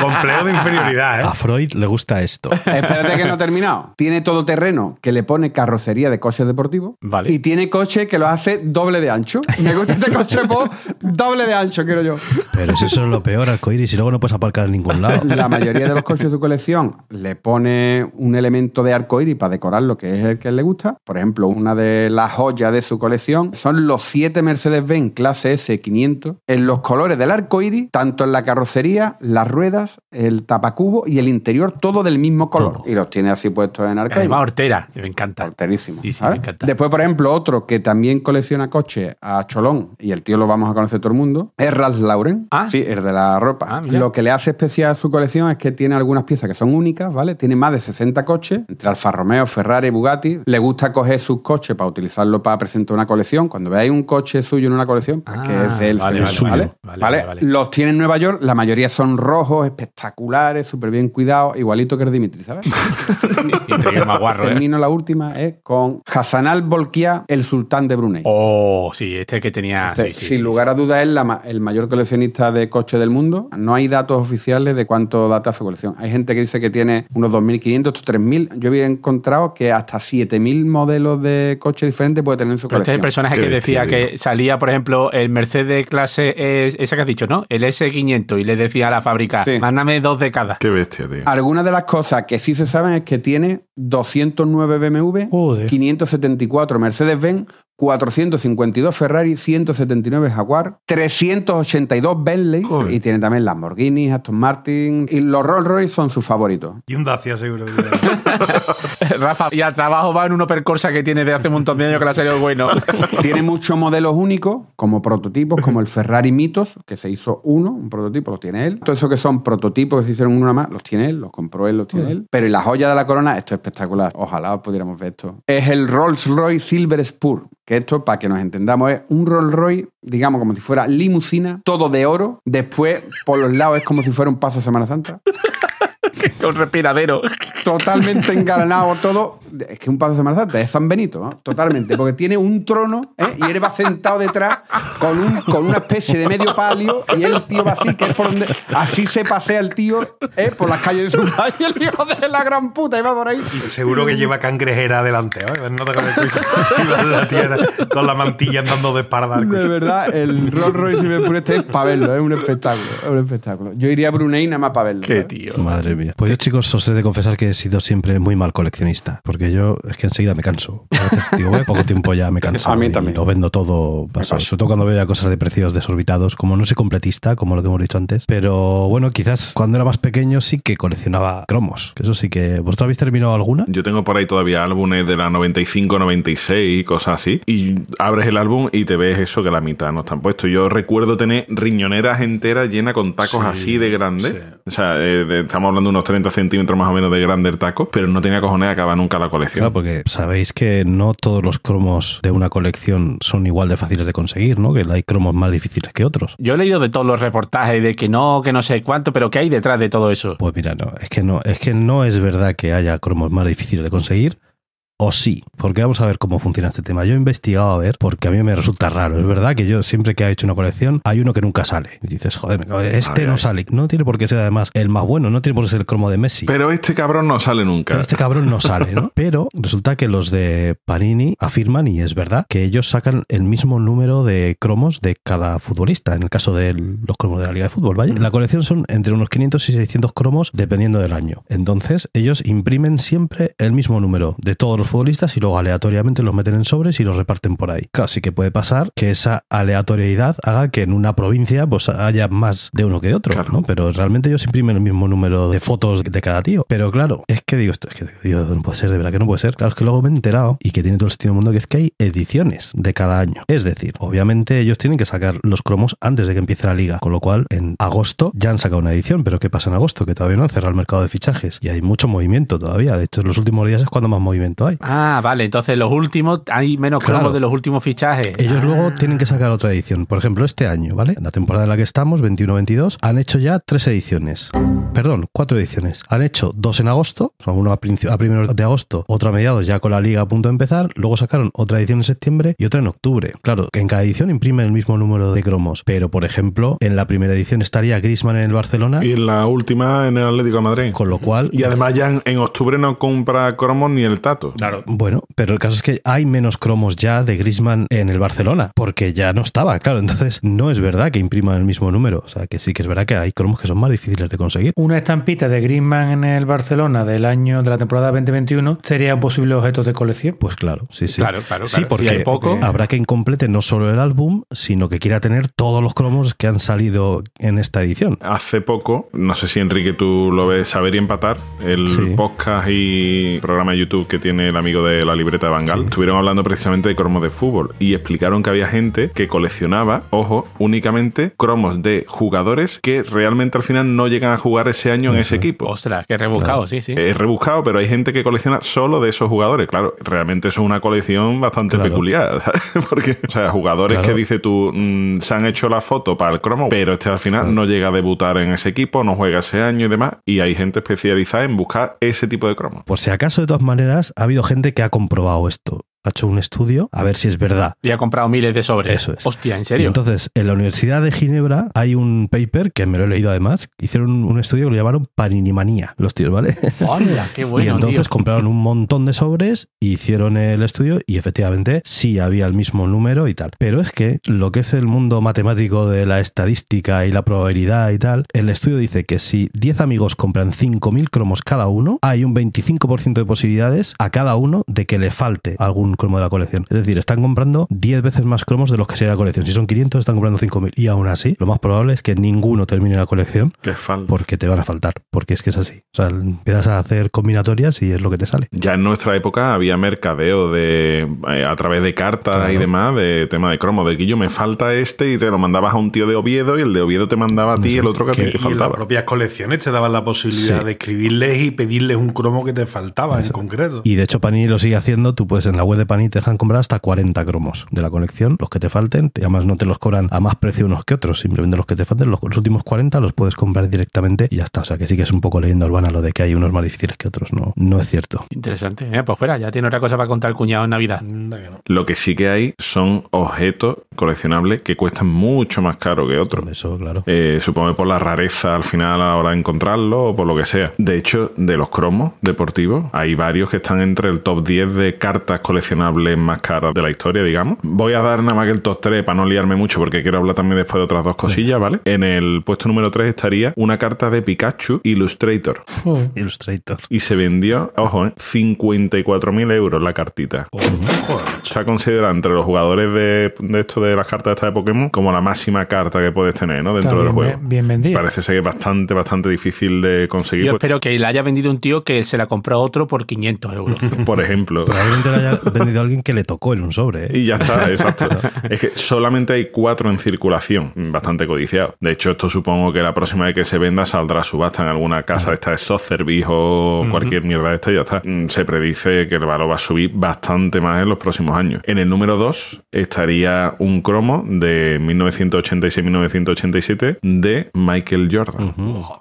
Speaker 7: complejo de inferioridad. ¿eh?
Speaker 2: A Freud le gusta esto.
Speaker 3: Espérate que no he terminado. Tiene todo terreno que le pone carrocería de coches deportivos.
Speaker 6: Vale.
Speaker 3: Y tiene coche que lo hace doble de ancho. Me gusta este coche por doble de ancho, quiero yo.
Speaker 2: Pero si eso es lo peor, arcoíris, y luego no puedes aparcar en ningún lado.
Speaker 3: La mayoría de los coches de su colección le pone un elemento de arcoíris para decorar lo que es el que le gusta. Por ejemplo, una de las joyas de su colección son los 7 Mercedes-Benz clase S500 en los colores del arcoíris, tanto en la carrocería, las ruedas, el tapacubo y el interior, todo del mismo color.
Speaker 2: Todo.
Speaker 3: Y los tiene así puestos en arcoíris.
Speaker 6: Además, Hortera, me encanta.
Speaker 3: Carterísimo,
Speaker 6: Sí, sí,
Speaker 3: ¿sabes?
Speaker 6: me encanta.
Speaker 3: Después, por ejemplo, otro que también colecciona coches a Cholón, y el tío lo vamos a conocer todo el mundo, es Ralph Lauren.
Speaker 6: Ah.
Speaker 3: Sí, el de la ropa.
Speaker 6: Ah, mira.
Speaker 3: lo que le hace especial a su colección es que tiene algunas piezas que son únicas, ¿vale? Tiene más de 60 coches, entre Alfa Romeo, Ferrari, Bugatti. Le gusta coger sus coches para utilizarlo para presentar una colección. Cuando veáis un coche suyo en una colección, pues
Speaker 6: Ah,
Speaker 3: que es de él,
Speaker 2: vale,
Speaker 3: señor,
Speaker 6: vale,
Speaker 2: suyo.
Speaker 3: ¿vale?
Speaker 6: Vale,
Speaker 3: ¿Vale?
Speaker 6: vale, vale.
Speaker 3: Los tiene en Nueva York, la mayoría son rojos, espectaculares, súper bien cuidados, igualito que el Dimitri, ¿sabes?
Speaker 6: Y te digo, Maguarro, ¿eh?
Speaker 3: Termino la última es con Hassan al-Bolkiah, el sultán de Brunei.
Speaker 6: Oh, sí, este que tenía.
Speaker 3: Este,
Speaker 6: sí, sí,
Speaker 3: sin
Speaker 6: sí,
Speaker 3: lugar a dudas es la ma- el mayor coleccionista de coches del mundo. No hay datos oficiales de cuánto data su colección. Hay gente que dice que tiene unos 2.500, otros 3.000. Yo había encontrado que hasta 7.000 modelos de coches diferentes puede tener en su
Speaker 6: Pero este es
Speaker 3: colección.
Speaker 6: el personaje que
Speaker 1: Qué
Speaker 6: decía
Speaker 1: bestia,
Speaker 6: que salía, por ejemplo, el Mercedes clase, es, esa que has dicho, ¿no? El S500 y le decía a la fábrica,
Speaker 3: Sí.
Speaker 6: mándame dos de cada.
Speaker 1: Qué bestia, tío.
Speaker 3: Algunas de las cosas que sí se saben es que tiene 209 BMW,
Speaker 6: Oh.
Speaker 5: Joder.
Speaker 3: 574 Mercedes-Benz, 452 Ferrari, 179 Jaguar, 382 Bentley
Speaker 7: Joder.
Speaker 3: y tiene también Lamborghini, Aston Martin y los Rolls Royce son sus favoritos.
Speaker 7: Y un Dacia seguro.
Speaker 6: Rafa, y al trabajo va en uno percorsa que tiene de hace un montón de años que le ha salido bueno.
Speaker 3: Tiene muchos modelos únicos, como prototipos, como el Ferrari Mitos, que se hizo uno, un prototipo, lo tiene él. Todo eso que son prototipos que se hicieron uno más, los tiene él, los compró él, los tiene él. Pero y la joya de la corona, esto es espectacular. Ojalá os pudiéramos ver esto. Es el Rolls Royce Silver Spur, que esto, para que nos entendamos, es un Rolls Royce, digamos, como si fuera limusina, todo de oro. Después, por los lados, es como si fuera un paso a Semana Santa
Speaker 6: Con respiradero.
Speaker 3: totalmente engalanado todo. Es que un paso de Semana Santa es San Benito, ¿no? totalmente, porque tiene un trono ¿eh? y él va sentado detrás con, un, con una especie de medio palio y el tío va así, que es por donde. Así se pasea el tío ¿eh? por las calles de su país, el hijo de la gran puta, y va por ahí.
Speaker 7: Y seguro que lleva cangrejera adelante. ¿eh? No te acabes de cuidar. la tierra con la mantilla andando de espalda.
Speaker 3: De verdad, el Rolls Royce si me pone este es para verlo, es un espectáculo, es un espectáculo. Yo iría a Brunei nada más para verlo.
Speaker 6: Qué
Speaker 3: ¿sabes?
Speaker 6: tío.
Speaker 2: Madre mía. Pues yo, chicos, os he de confesar que he sido siempre muy mal coleccionista. Porque yo es que enseguida me canso. A veces digo, "Bueno, poco tiempo ya me canso.
Speaker 3: A mí
Speaker 2: y
Speaker 3: también.
Speaker 2: Lo vendo todo. paso. Sobre todo cuando veo ya cosas de precios desorbitados. Como no soy completista, como lo que hemos dicho antes. Pero bueno, quizás cuando era más pequeño sí que coleccionaba cromos. Que eso sí que. ¿Vosotros habéis terminado alguna?
Speaker 1: Yo tengo por ahí todavía álbumes de la 95, 96 y cosas así. Y abres el álbum y te ves eso que la mitad no están puestos. Yo recuerdo tener riñoneras enteras llenas con tacos así de grandes. O sea, eh, de- estamos hablando de unos 30 centímetros más o menos de grande el taco, pero no tenía cojones de acabar nunca la colección.
Speaker 2: Claro, porque sabéis que no todos los cromos de una colección son igual de fáciles de conseguir, ¿no? Que hay cromos más difíciles que otros.
Speaker 6: Yo he leído de todos los reportajes de que no, que no sé cuánto, pero ¿qué hay detrás de todo eso?
Speaker 2: Pues mira, no, es que no, es que no es verdad que haya cromos más difíciles de conseguir. O sí, porque vamos a ver cómo funciona este tema. Yo he investigado a ver, porque a mí me resulta raro. Es verdad que yo siempre que he hecho una colección, hay uno que nunca sale. Y dices, joder, me cago en- este
Speaker 1: Ay,
Speaker 2: no
Speaker 1: ay.
Speaker 2: sale. No tiene por qué ser además el más bueno, no tiene por qué ser el cromo de Messi.
Speaker 1: Pero este cabrón no sale nunca.
Speaker 2: Pero este cabrón no sale, ¿no? Pero resulta que los de Panini afirman, y es verdad, que ellos sacan el mismo número de cromos de cada futbolista, en el caso de los cromos de la Liga de Fútbol, ¿vale? La colección son entre unos 500 y 600 cromos dependiendo del año. Entonces, ellos imprimen siempre el mismo número de todos los futbolistas y luego aleatoriamente los meten en sobres y los reparten por ahí. Claro, sí que puede pasar que esa aleatoriedad haga que en una provincia pues haya más de uno que de otro,
Speaker 1: Claro.
Speaker 2: ¿no? Pero realmente ellos imprimen el mismo número de fotos de cada tío. Pero claro, es que digo esto, es que digo, no puede ser, de verdad que no puede ser. Claro, es que luego me he enterado y que tiene todo el sentido del mundo que es que hay ediciones de cada año. Es decir, obviamente ellos tienen que sacar los cromos antes de que empiece la liga, con lo cual en agosto ya han sacado una edición, pero ¿qué pasa en agosto? Que todavía no han cerrado el mercado de fichajes y hay mucho movimiento todavía. De hecho, en los últimos días es cuando más movimiento hay.
Speaker 6: Ah, vale, entonces los últimos, hay menos
Speaker 2: Claro. Eh,
Speaker 6: cromos de los últimos fichajes.
Speaker 2: Ellos
Speaker 6: Ah.
Speaker 2: luego tienen que sacar otra edición. Por ejemplo, este año, ¿vale? En la temporada en la que estamos, 21-22, han hecho ya tres ediciones. Perdón, cuatro ediciones. Han hecho dos en agosto, o sea, uno a, princi- a primeros de agosto, otro a mediados ya con la liga a punto de empezar. Luego sacaron otra edición en septiembre y otra en octubre. Claro, que en cada edición imprimen el mismo número de cromos. Pero, por ejemplo, en la primera edición estaría Grisman en el Barcelona,
Speaker 1: Y en la última en el Atlético de Madrid.
Speaker 2: con lo cual...
Speaker 1: Y además ya en, en octubre no compra cromos ni el tato.
Speaker 4: Claro.
Speaker 2: Bueno, pero el caso es que hay menos cromos ya de Grisman en el Barcelona, porque ya no estaba, claro. Entonces, no es verdad que impriman el mismo número. O sea, que sí que es verdad que hay cromos que son más difíciles de conseguir.
Speaker 5: Una estampita de Griezmann en el Barcelona del año de la temporada 2021 sería un posible objeto de colección.
Speaker 2: Pues claro, sí, sí.
Speaker 6: Claro, claro,
Speaker 2: Sí,
Speaker 6: claro. Si
Speaker 2: porque
Speaker 6: hay poco.
Speaker 2: habrá que incomplete no solo el álbum, sino que quiera tener todos los cromos que han salido en esta edición.
Speaker 1: Hace poco, no sé si Enrique tú lo ves, Saber y Empatar, el
Speaker 2: Sí.
Speaker 1: podcast y programa de YouTube que tiene el amigo de la libreta de Bangal, estuvieron hablando precisamente de cromos de fútbol y explicaron que había gente que coleccionaba, ojo, únicamente cromos de jugadores que realmente al final no llegan a jugar ese año en ese equipo.
Speaker 6: Ostras, qué rebuscado, sí,
Speaker 2: Eh,
Speaker 6: sí.
Speaker 1: Es rebuscado, pero hay gente que colecciona solo de esos jugadores. Claro, realmente eso es una colección bastante
Speaker 2: Claro.
Speaker 1: peculiar. ¿sabes? Porque, o sea, jugadores
Speaker 2: Claro.
Speaker 1: que dice tú mm, se han hecho la foto para el cromo, pero este al final no llega a debutar en ese equipo, no juega ese año y demás. Y hay gente especializada en buscar ese tipo de cromo.
Speaker 2: Por si acaso, de todas maneras, ha habido gente que ha comprobado esto. Ha hecho un estudio a ver si es verdad.
Speaker 6: Y ha comprado miles de sobres.
Speaker 2: Eso es.
Speaker 6: Hostia, ¿en serio?
Speaker 2: Y entonces, en la Universidad de Ginebra hay un paper, que me lo he leído además, hicieron un estudio que lo llamaron paninimanía, los tíos, ¿vale?
Speaker 6: Hola, qué bueno,
Speaker 2: y entonces
Speaker 6: tío.
Speaker 2: compraron un montón de sobres, hicieron el estudio y efectivamente sí había el mismo número y tal. Pero es que lo que es el mundo matemático de la estadística y la probabilidad y tal, el estudio dice que si 10 amigos compran 5.000 cromos cada uno, hay un 25% de posibilidades a cada uno de que le falte algún cromo de la colección. Es decir, están comprando 10 veces más cromos de los que sería la colección. Si son 500, están comprando 5.000. Y aún así, lo más probable es que ninguno termine la colección
Speaker 1: Qué falta.
Speaker 2: porque te van a faltar, porque es que es así. O sea, empiezas a hacer combinatorias y es lo que te sale.
Speaker 1: Ya en nuestra época había mercadeo de eh, a través de cartas y demás de tema de cromo, de que yo me falta este y te lo mandabas a un tío de Oviedo y el de Oviedo te mandaba a ti y el otro que a ti
Speaker 4: Que-
Speaker 1: te
Speaker 4: y en las
Speaker 1: faltaba.
Speaker 4: propias colecciones te daban la posibilidad
Speaker 2: Sí.
Speaker 4: de escribirles y pedirles un cromo que te faltaba en concreto.
Speaker 2: Y de hecho Panini lo sigue haciendo, tú puedes en la web de Panini te dejan comprar hasta 40 cromos de la colección, los que te falten, y además no te los cobran a más precio unos que otros, simplemente los que te falten, los, los últimos 40 los puedes comprar directamente y ya está, o sea que sí que es un poco leyenda urbana lo de que hay unos más difíciles que otros, no, no es cierto.
Speaker 6: Interesante. Eh, pues fuera, ya tiene otra cosa para contar el cuñado en Navidad.
Speaker 4: Anda que no.
Speaker 1: Lo que sí que hay son objetos coleccionables que cuestan mucho más caro que otros.
Speaker 2: Eso, claro.
Speaker 1: Eh, supongo que por la rareza al final a la hora de encontrarlo o por lo que sea. De hecho, de los cromos deportivos, hay varios que están entre el top 10 de cartas coleccionables más caras de la historia, digamos. Voy a dar nada más que el top 3 para no liarme mucho porque quiero hablar también después de otras dos cosillas, ¿vale? En el puesto número 3 estaría una carta de Pikachu Illustrator
Speaker 5: Oh,
Speaker 2: Illustrator.
Speaker 1: y se vendió, ojo, ¿eh? 54.000 euros la cartita. Está considerada entre los jugadores de, de esto de las cartas de esta de Pokémon como la máxima carta que puedes tener, ¿no? Dentro
Speaker 5: está
Speaker 1: del
Speaker 5: bien,
Speaker 1: juego.
Speaker 5: ve- Bien vendido.
Speaker 1: Parece ser que es bastante, bastante difícil de conseguir.
Speaker 6: Yo
Speaker 1: pues,
Speaker 6: espero que la haya vendido un tío que se la compró a otro por 500 euros.
Speaker 1: por ejemplo.
Speaker 2: Probablemente lo haya vendido a alguien que le tocó en un sobre. ¿eh?
Speaker 1: Y ya está, exacto. es que solamente hay cuatro en circulación, bastante codiciado. De hecho, esto supongo que la próxima vez que se venda saldrá a subasta en alguna casa de estas de soft service o cualquier mierda de esta y ya está. Mm, Se predice que el valor va a subir bastante más en los próximos años. En el número 2 estaría un cromo de 1986-1987 de Michael Jordan.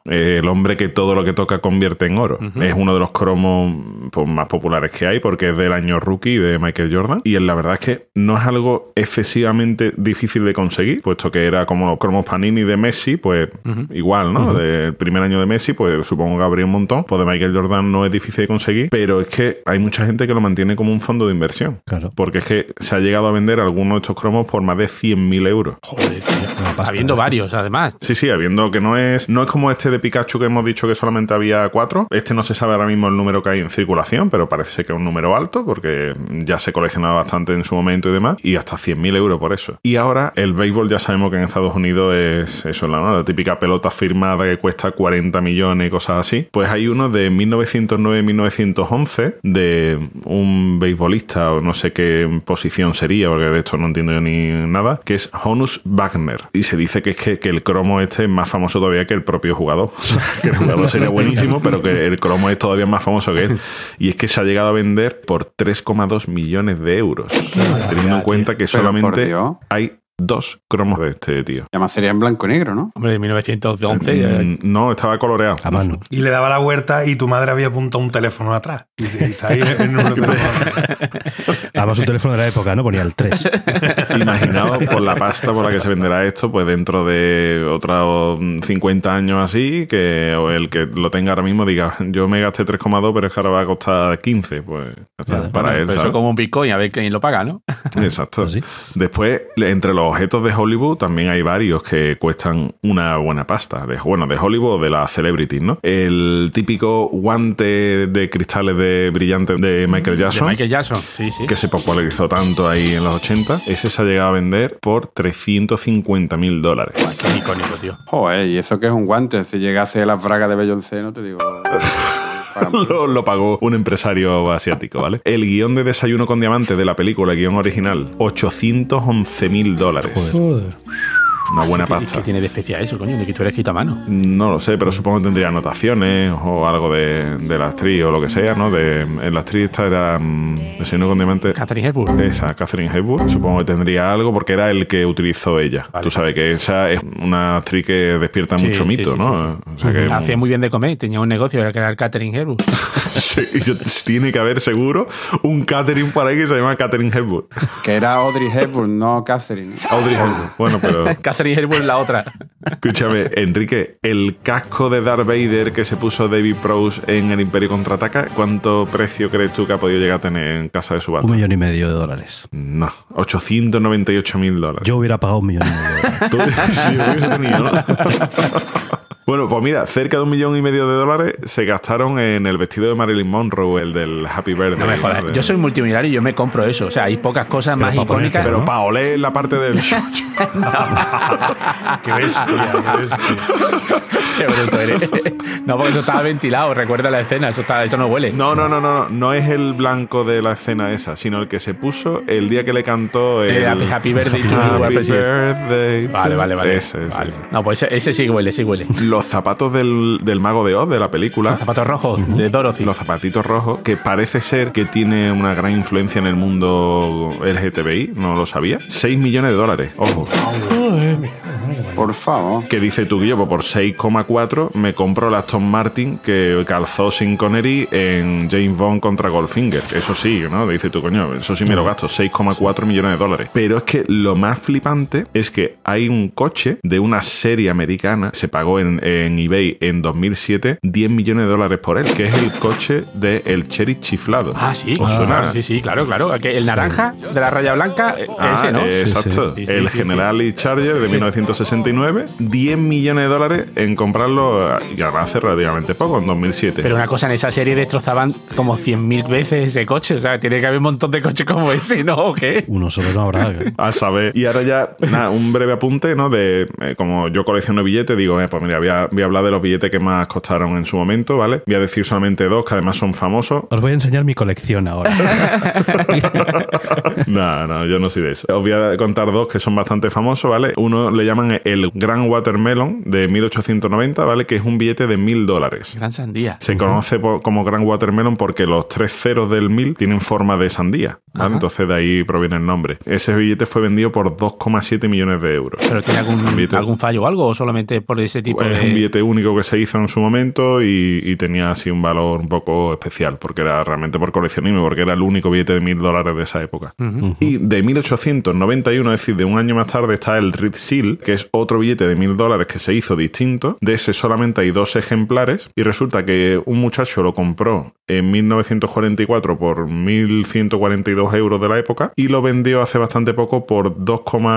Speaker 1: Eh, el hombre que todo lo que toca convierte en oro. Es uno de los cromos pues, más populares que hay porque es del año rookie y de Michael Jordan. Y la verdad es que no es algo excesivamente difícil de conseguir, puesto que era como los cromos Panini de Messi, pues igual, ¿no? Del primer año de Messi, pues supongo que habría un montón. Pues de Michael Jordan no es difícil de conseguir, pero es que hay mucha gente que lo mantiene como un fondo de inversión.
Speaker 2: Claro.
Speaker 1: Porque es que se ha llegado a vender alguno de estos cromos por más de 100.000 euros.
Speaker 6: Joder, tío.
Speaker 2: Una pasta. ¿eh?
Speaker 6: Habiendo varios, además.
Speaker 1: Sí, sí, habiendo que no es no es como este de Pikachu que hemos dicho que solamente había cuatro. Este no se sabe ahora mismo el número que hay en circulación, pero parece ser que es un número alto porque ya se coleccionaba bastante en su momento y demás, y hasta 100.000 euros por eso. Y ahora el béisbol ya sabemos que en Estados Unidos es eso, la, ¿no? la típica pelota firmada que cuesta 40 millones y cosas así. Pues hay uno de 1909-1911 de un beisbolista o no sé qué posición sería, porque de esto no entiendo yo ni nada, que es Honus Wagner. Y se dice que es que, que el cromo este es más famoso todavía que el propio jugador. O sea, que el jugador sería buenísimo, pero que el cromo es todavía más famoso que él. Y es que se ha llegado a vender por 3,2 millones de euros. Teniendo en cuenta que
Speaker 3: Pero, por
Speaker 1: solamente
Speaker 3: Dios.
Speaker 1: hay dos cromos de este tío.
Speaker 3: Y además sería en blanco y negro, ¿no?
Speaker 6: Hombre, de 1911. eh,
Speaker 1: Mm, No, estaba coloreado.
Speaker 2: A mano.
Speaker 4: Y le daba la vuelta y tu madre había apuntado un teléfono atrás. Y, y está ahí el número de teléfono.
Speaker 2: Además, un teléfono de la época, ¿no? Ponía el 3.
Speaker 1: Imaginaos por la pasta por la que se venderá esto, pues dentro de otros 50 años así, que o el que lo tenga ahora mismo diga, yo me gasté 3,2, pero es que ahora va a costar 15, pues hasta
Speaker 2: Ya,
Speaker 1: para él.
Speaker 6: pero eso
Speaker 1: ¿sabes?
Speaker 6: como Pues un Bitcoin, a ver quién lo paga, ¿no?
Speaker 1: ¿Ah, Exacto.
Speaker 2: Así.
Speaker 1: Después, le- entre los objetos de Hollywood también hay varios que cuestan una buena pasta. De, bueno, de Hollywood o de las celebrities, ¿no? El típico guante de cristales de brillantes de Michael
Speaker 6: De
Speaker 1: Jackson.
Speaker 6: Michael Jackson. Sí, sí.
Speaker 1: que se popularizó tanto ahí en los 80, ese se ha llegado a vender por 350 mil dólares.
Speaker 6: Qué icónico, tío.
Speaker 3: Joder, y eso que es un guante. Si llegase la fraga de Beyoncé, no te digo. Para mí.
Speaker 1: lo, lo pagó un empresario asiático, ¿vale? El guión de Desayuno con Diamantes de la película, el guión original, 811 mil dólares.
Speaker 5: Joder.
Speaker 1: Una buena
Speaker 6: ¿Qué, qué
Speaker 1: pasta.
Speaker 6: tiene de especial eso, coño? De que tú eres quitamano.
Speaker 1: No lo sé, pero supongo que tendría anotaciones o algo de, de la actriz o lo que sea, ¿no? De, en la actriz esta era mm, Desayuno con Diamantes.
Speaker 6: Catherine Hepburn.
Speaker 1: Esa, Catherine Hepburn, supongo que tendría algo porque era el que utilizó ella.
Speaker 6: Vale.
Speaker 1: Tú sabes que esa es una actriz que despierta
Speaker 6: Sí,
Speaker 1: mucho
Speaker 6: sí,
Speaker 1: mito,
Speaker 6: sí,
Speaker 1: ¿no?
Speaker 6: sí, sí.
Speaker 1: O sea que-
Speaker 6: Hacía muy bien de comer, tenía un negocio, era que era el Catherine Hepburn.
Speaker 1: Sí, y yo- tiene que haber seguro un catering por ahí que se llama Catherine Hepburn.
Speaker 3: Que era Audrey Hepburn, no Catherine.
Speaker 1: Audrey Hepburn. Bueno, pero
Speaker 6: Catherine Hepburn la otra.
Speaker 1: escúchame, Enrique, el casco de Darth Vader que se puso David Prowse en el Imperio Contraataca, ¿cuánto precio crees tú que ha podido llegar a tener en casa de
Speaker 2: Un
Speaker 1: subasta?
Speaker 2: millón y medio de dólares.
Speaker 1: No, 898 mil dólares.
Speaker 2: Yo hubiera pagado un millón y medio de dólares.
Speaker 1: Tú- sí, lo hubiese tenido, ¿no? Bueno, pues mira, cerca de un millón y medio de dólares se gastaron en el vestido de Marilyn Monroe, el del Happy Birthday.
Speaker 6: No me jodas. Yo soy multimillonario y yo me compro eso. O sea, hay pocas cosas
Speaker 2: Pero
Speaker 6: más
Speaker 2: para ponerte,
Speaker 6: icónicas.
Speaker 1: Pero
Speaker 2: ¿no?
Speaker 1: pa' oler la parte del...
Speaker 4: Qué bestia, qué bestia.
Speaker 6: Qué bruto eres. No, porque eso estaba ventilado, recuerda la escena, eso, está, eso no huele.
Speaker 1: No, no, no, no, no, no es el blanco de la escena esa, sino el que se puso el día que le cantó el...
Speaker 6: Eh, happy, happy birthday to you,
Speaker 1: Happy
Speaker 6: al presidente.
Speaker 1: birthday to-
Speaker 6: Vale, vale, vale.
Speaker 1: Ese, ese,
Speaker 6: Vale. No, pues ese, ese sí huele, sí huele.
Speaker 1: ese. Los zapatos del, del mago de Oz, de la película,
Speaker 6: Los zapatos rojos de Dorothy.
Speaker 1: Ah. los zapatitos rojos, que parece ser que tiene una gran influencia en el mundo LGTBI, no lo sabía. 6 millones de dólares, ojo.
Speaker 5: Joder, me cago en la madre.
Speaker 3: Por favor.
Speaker 1: Que dice tú, Guillermo, por 6,4 me compro el Aston Martin que calzó sin Connery en James Bond contra Goldfinger. Eso sí, ¿no? Dice tú, coño, eso sí me
Speaker 6: Mm.
Speaker 1: lo gasto, 6,4 millones de dólares. Pero es que lo más flipante es que hay un coche de una serie americana, se pagó en, en eBay en 2007, 10 millones de dólares por él, que es el coche de El Cherry Chiflado.
Speaker 6: Ah, sí.
Speaker 1: ¿Os suena?
Speaker 6: Ah, sí, sí, claro, claro. Que El naranja de la raya blanca, eh,
Speaker 1: Ah,
Speaker 6: ese, ¿no?
Speaker 1: eh,
Speaker 2: Sí,
Speaker 1: Exacto.
Speaker 6: sí. Sí, sí,
Speaker 1: el
Speaker 6: sí,
Speaker 1: General y Charger de
Speaker 6: Sí.
Speaker 1: 1969. 10 millones de dólares en comprarlo. Y además hace relativamente poco, en 2007.
Speaker 6: Pero una cosa, en esa serie destrozaban como 100.000 veces ese coche. O sea, tiene que haber un montón de coches como ese, ¿no? ¿O qué?
Speaker 2: Uno solo no habrá. ¿eh?
Speaker 1: A saber. Y ahora ya, nada, un breve apunte, ¿no? De eh, como yo colecciono billetes, digo, eh, pues mira, voy a, voy a hablar de los billetes que más costaron en su momento, ¿vale? Voy a decir solamente dos, que además son famosos.
Speaker 2: Os voy a enseñar mi colección ahora. Ah,
Speaker 1: no, no, yo no soy de eso. Os voy a contar dos que son bastante famosos, ¿vale? Uno le llaman el Gran Watermelon de 1890, ¿vale? Que es un billete de mil dólares.
Speaker 6: Gran sandía.
Speaker 1: Se conoce po- como Gran Watermelon porque los tres ceros del 1000 tienen forma de sandía. ¿vale?
Speaker 6: Ajá.
Speaker 1: Entonces de ahí proviene el nombre. Ese billete fue vendido por 2,7 millones de euros.
Speaker 6: ¿Pero tiene algún,
Speaker 1: Un billete-
Speaker 6: algún fallo o algo? ¿O solamente por ese tipo
Speaker 1: es
Speaker 6: de...?
Speaker 1: un billete único que se hizo en su momento y, y tenía así un valor un poco especial, porque era realmente por coleccionismo, porque era el único billete de mil dólares de esa época.
Speaker 6: Ujú.
Speaker 1: Y de 1891, es decir, de un año más tarde, está el Red Seal, que es otro billete de mil dólares que se hizo distinto. De ese solamente hay dos ejemplares y resulta que un muchacho lo compró en 1944 por 1.142 euros de la época y lo vendió hace bastante poco por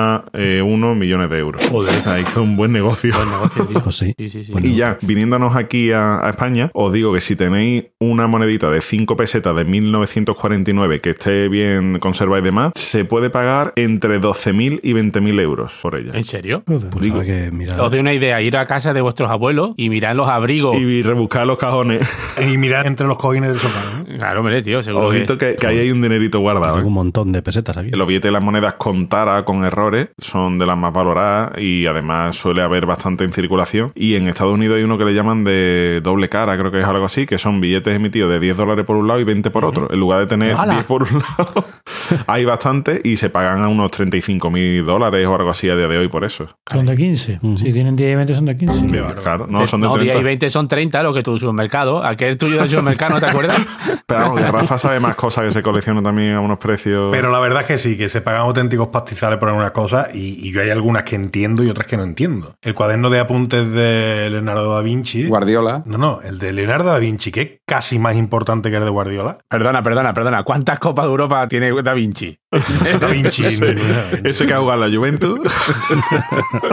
Speaker 1: 2,1 millones de euros.
Speaker 6: Joder.
Speaker 1: Ah, hizo un buen negocio.
Speaker 6: Buen negocio, tío.
Speaker 2: Pues sí.
Speaker 6: Sí, sí, sí.
Speaker 1: Y ya, viniéndonos aquí a, a España, os digo que si tenéis una monedita de 5 pesetas de 1949 que esté bien conservada y demás, se puede pagar entre 12.000 y 20.000 euros por ella.
Speaker 6: ¿En serio?
Speaker 5: Joder.
Speaker 2: Pues
Speaker 1: Digo-
Speaker 2: habrá que mirar.
Speaker 6: Os doy una idea, ir a casa de vuestros abuelos y mirar los abrigos.
Speaker 1: Y rebuscar los cajones.
Speaker 4: Y mirar entre los cojines del sofá. ¿no?
Speaker 6: Claro, hombre, tío, seguro que...
Speaker 1: Ojito que, que ahí hay un dinerito guardado.
Speaker 2: Tengo
Speaker 1: ¿eh?
Speaker 2: un montón de pesetas aquí.
Speaker 1: Los billetes de las monedas con tara, con errores, son de las más valoradas y además suele haber bastante en circulación. Y en Estados Unidos hay uno que le llaman de doble cara, creo que es algo así, que son billetes emitidos de 10 dólares por un lado y 20 por otro. En lugar de tener
Speaker 6: ¡Hala!
Speaker 1: 10 por un lado, hay bastante y se pagan a unos 35 mil dólares o algo así a día de hoy por eso.
Speaker 5: Son de 15.
Speaker 2: Ujú.
Speaker 5: Si tienen 10 y 20 son de 15.
Speaker 1: Claro, no, son de
Speaker 6: no, 10 y
Speaker 1: 30.
Speaker 6: 20 son 30, lo que tu supermercado. Aquel tuyo del supermercado, ¿no te acuerdas?
Speaker 1: Pero vamos, que Rafa sabe más cosas que se coleccionan también a unos precios.
Speaker 4: Pero la verdad es que sí, que se pagan auténticos pastizales por algunas cosas y, y yo hay algunas que entiendo y otras que no entiendo. El cuaderno de apuntes de Leonardo da Vinci.
Speaker 3: Guardiola.
Speaker 4: no, no, el de Leonardo da Vinci, que es casi más importante que el de Guardiola.
Speaker 6: Perdona, perdona, perdona. ¿Cuántas copas de Europa tiene Da Vinci?
Speaker 4: Da Vinci. no, no, Da Vinci.
Speaker 1: Ese que ha jugado en la Juventus.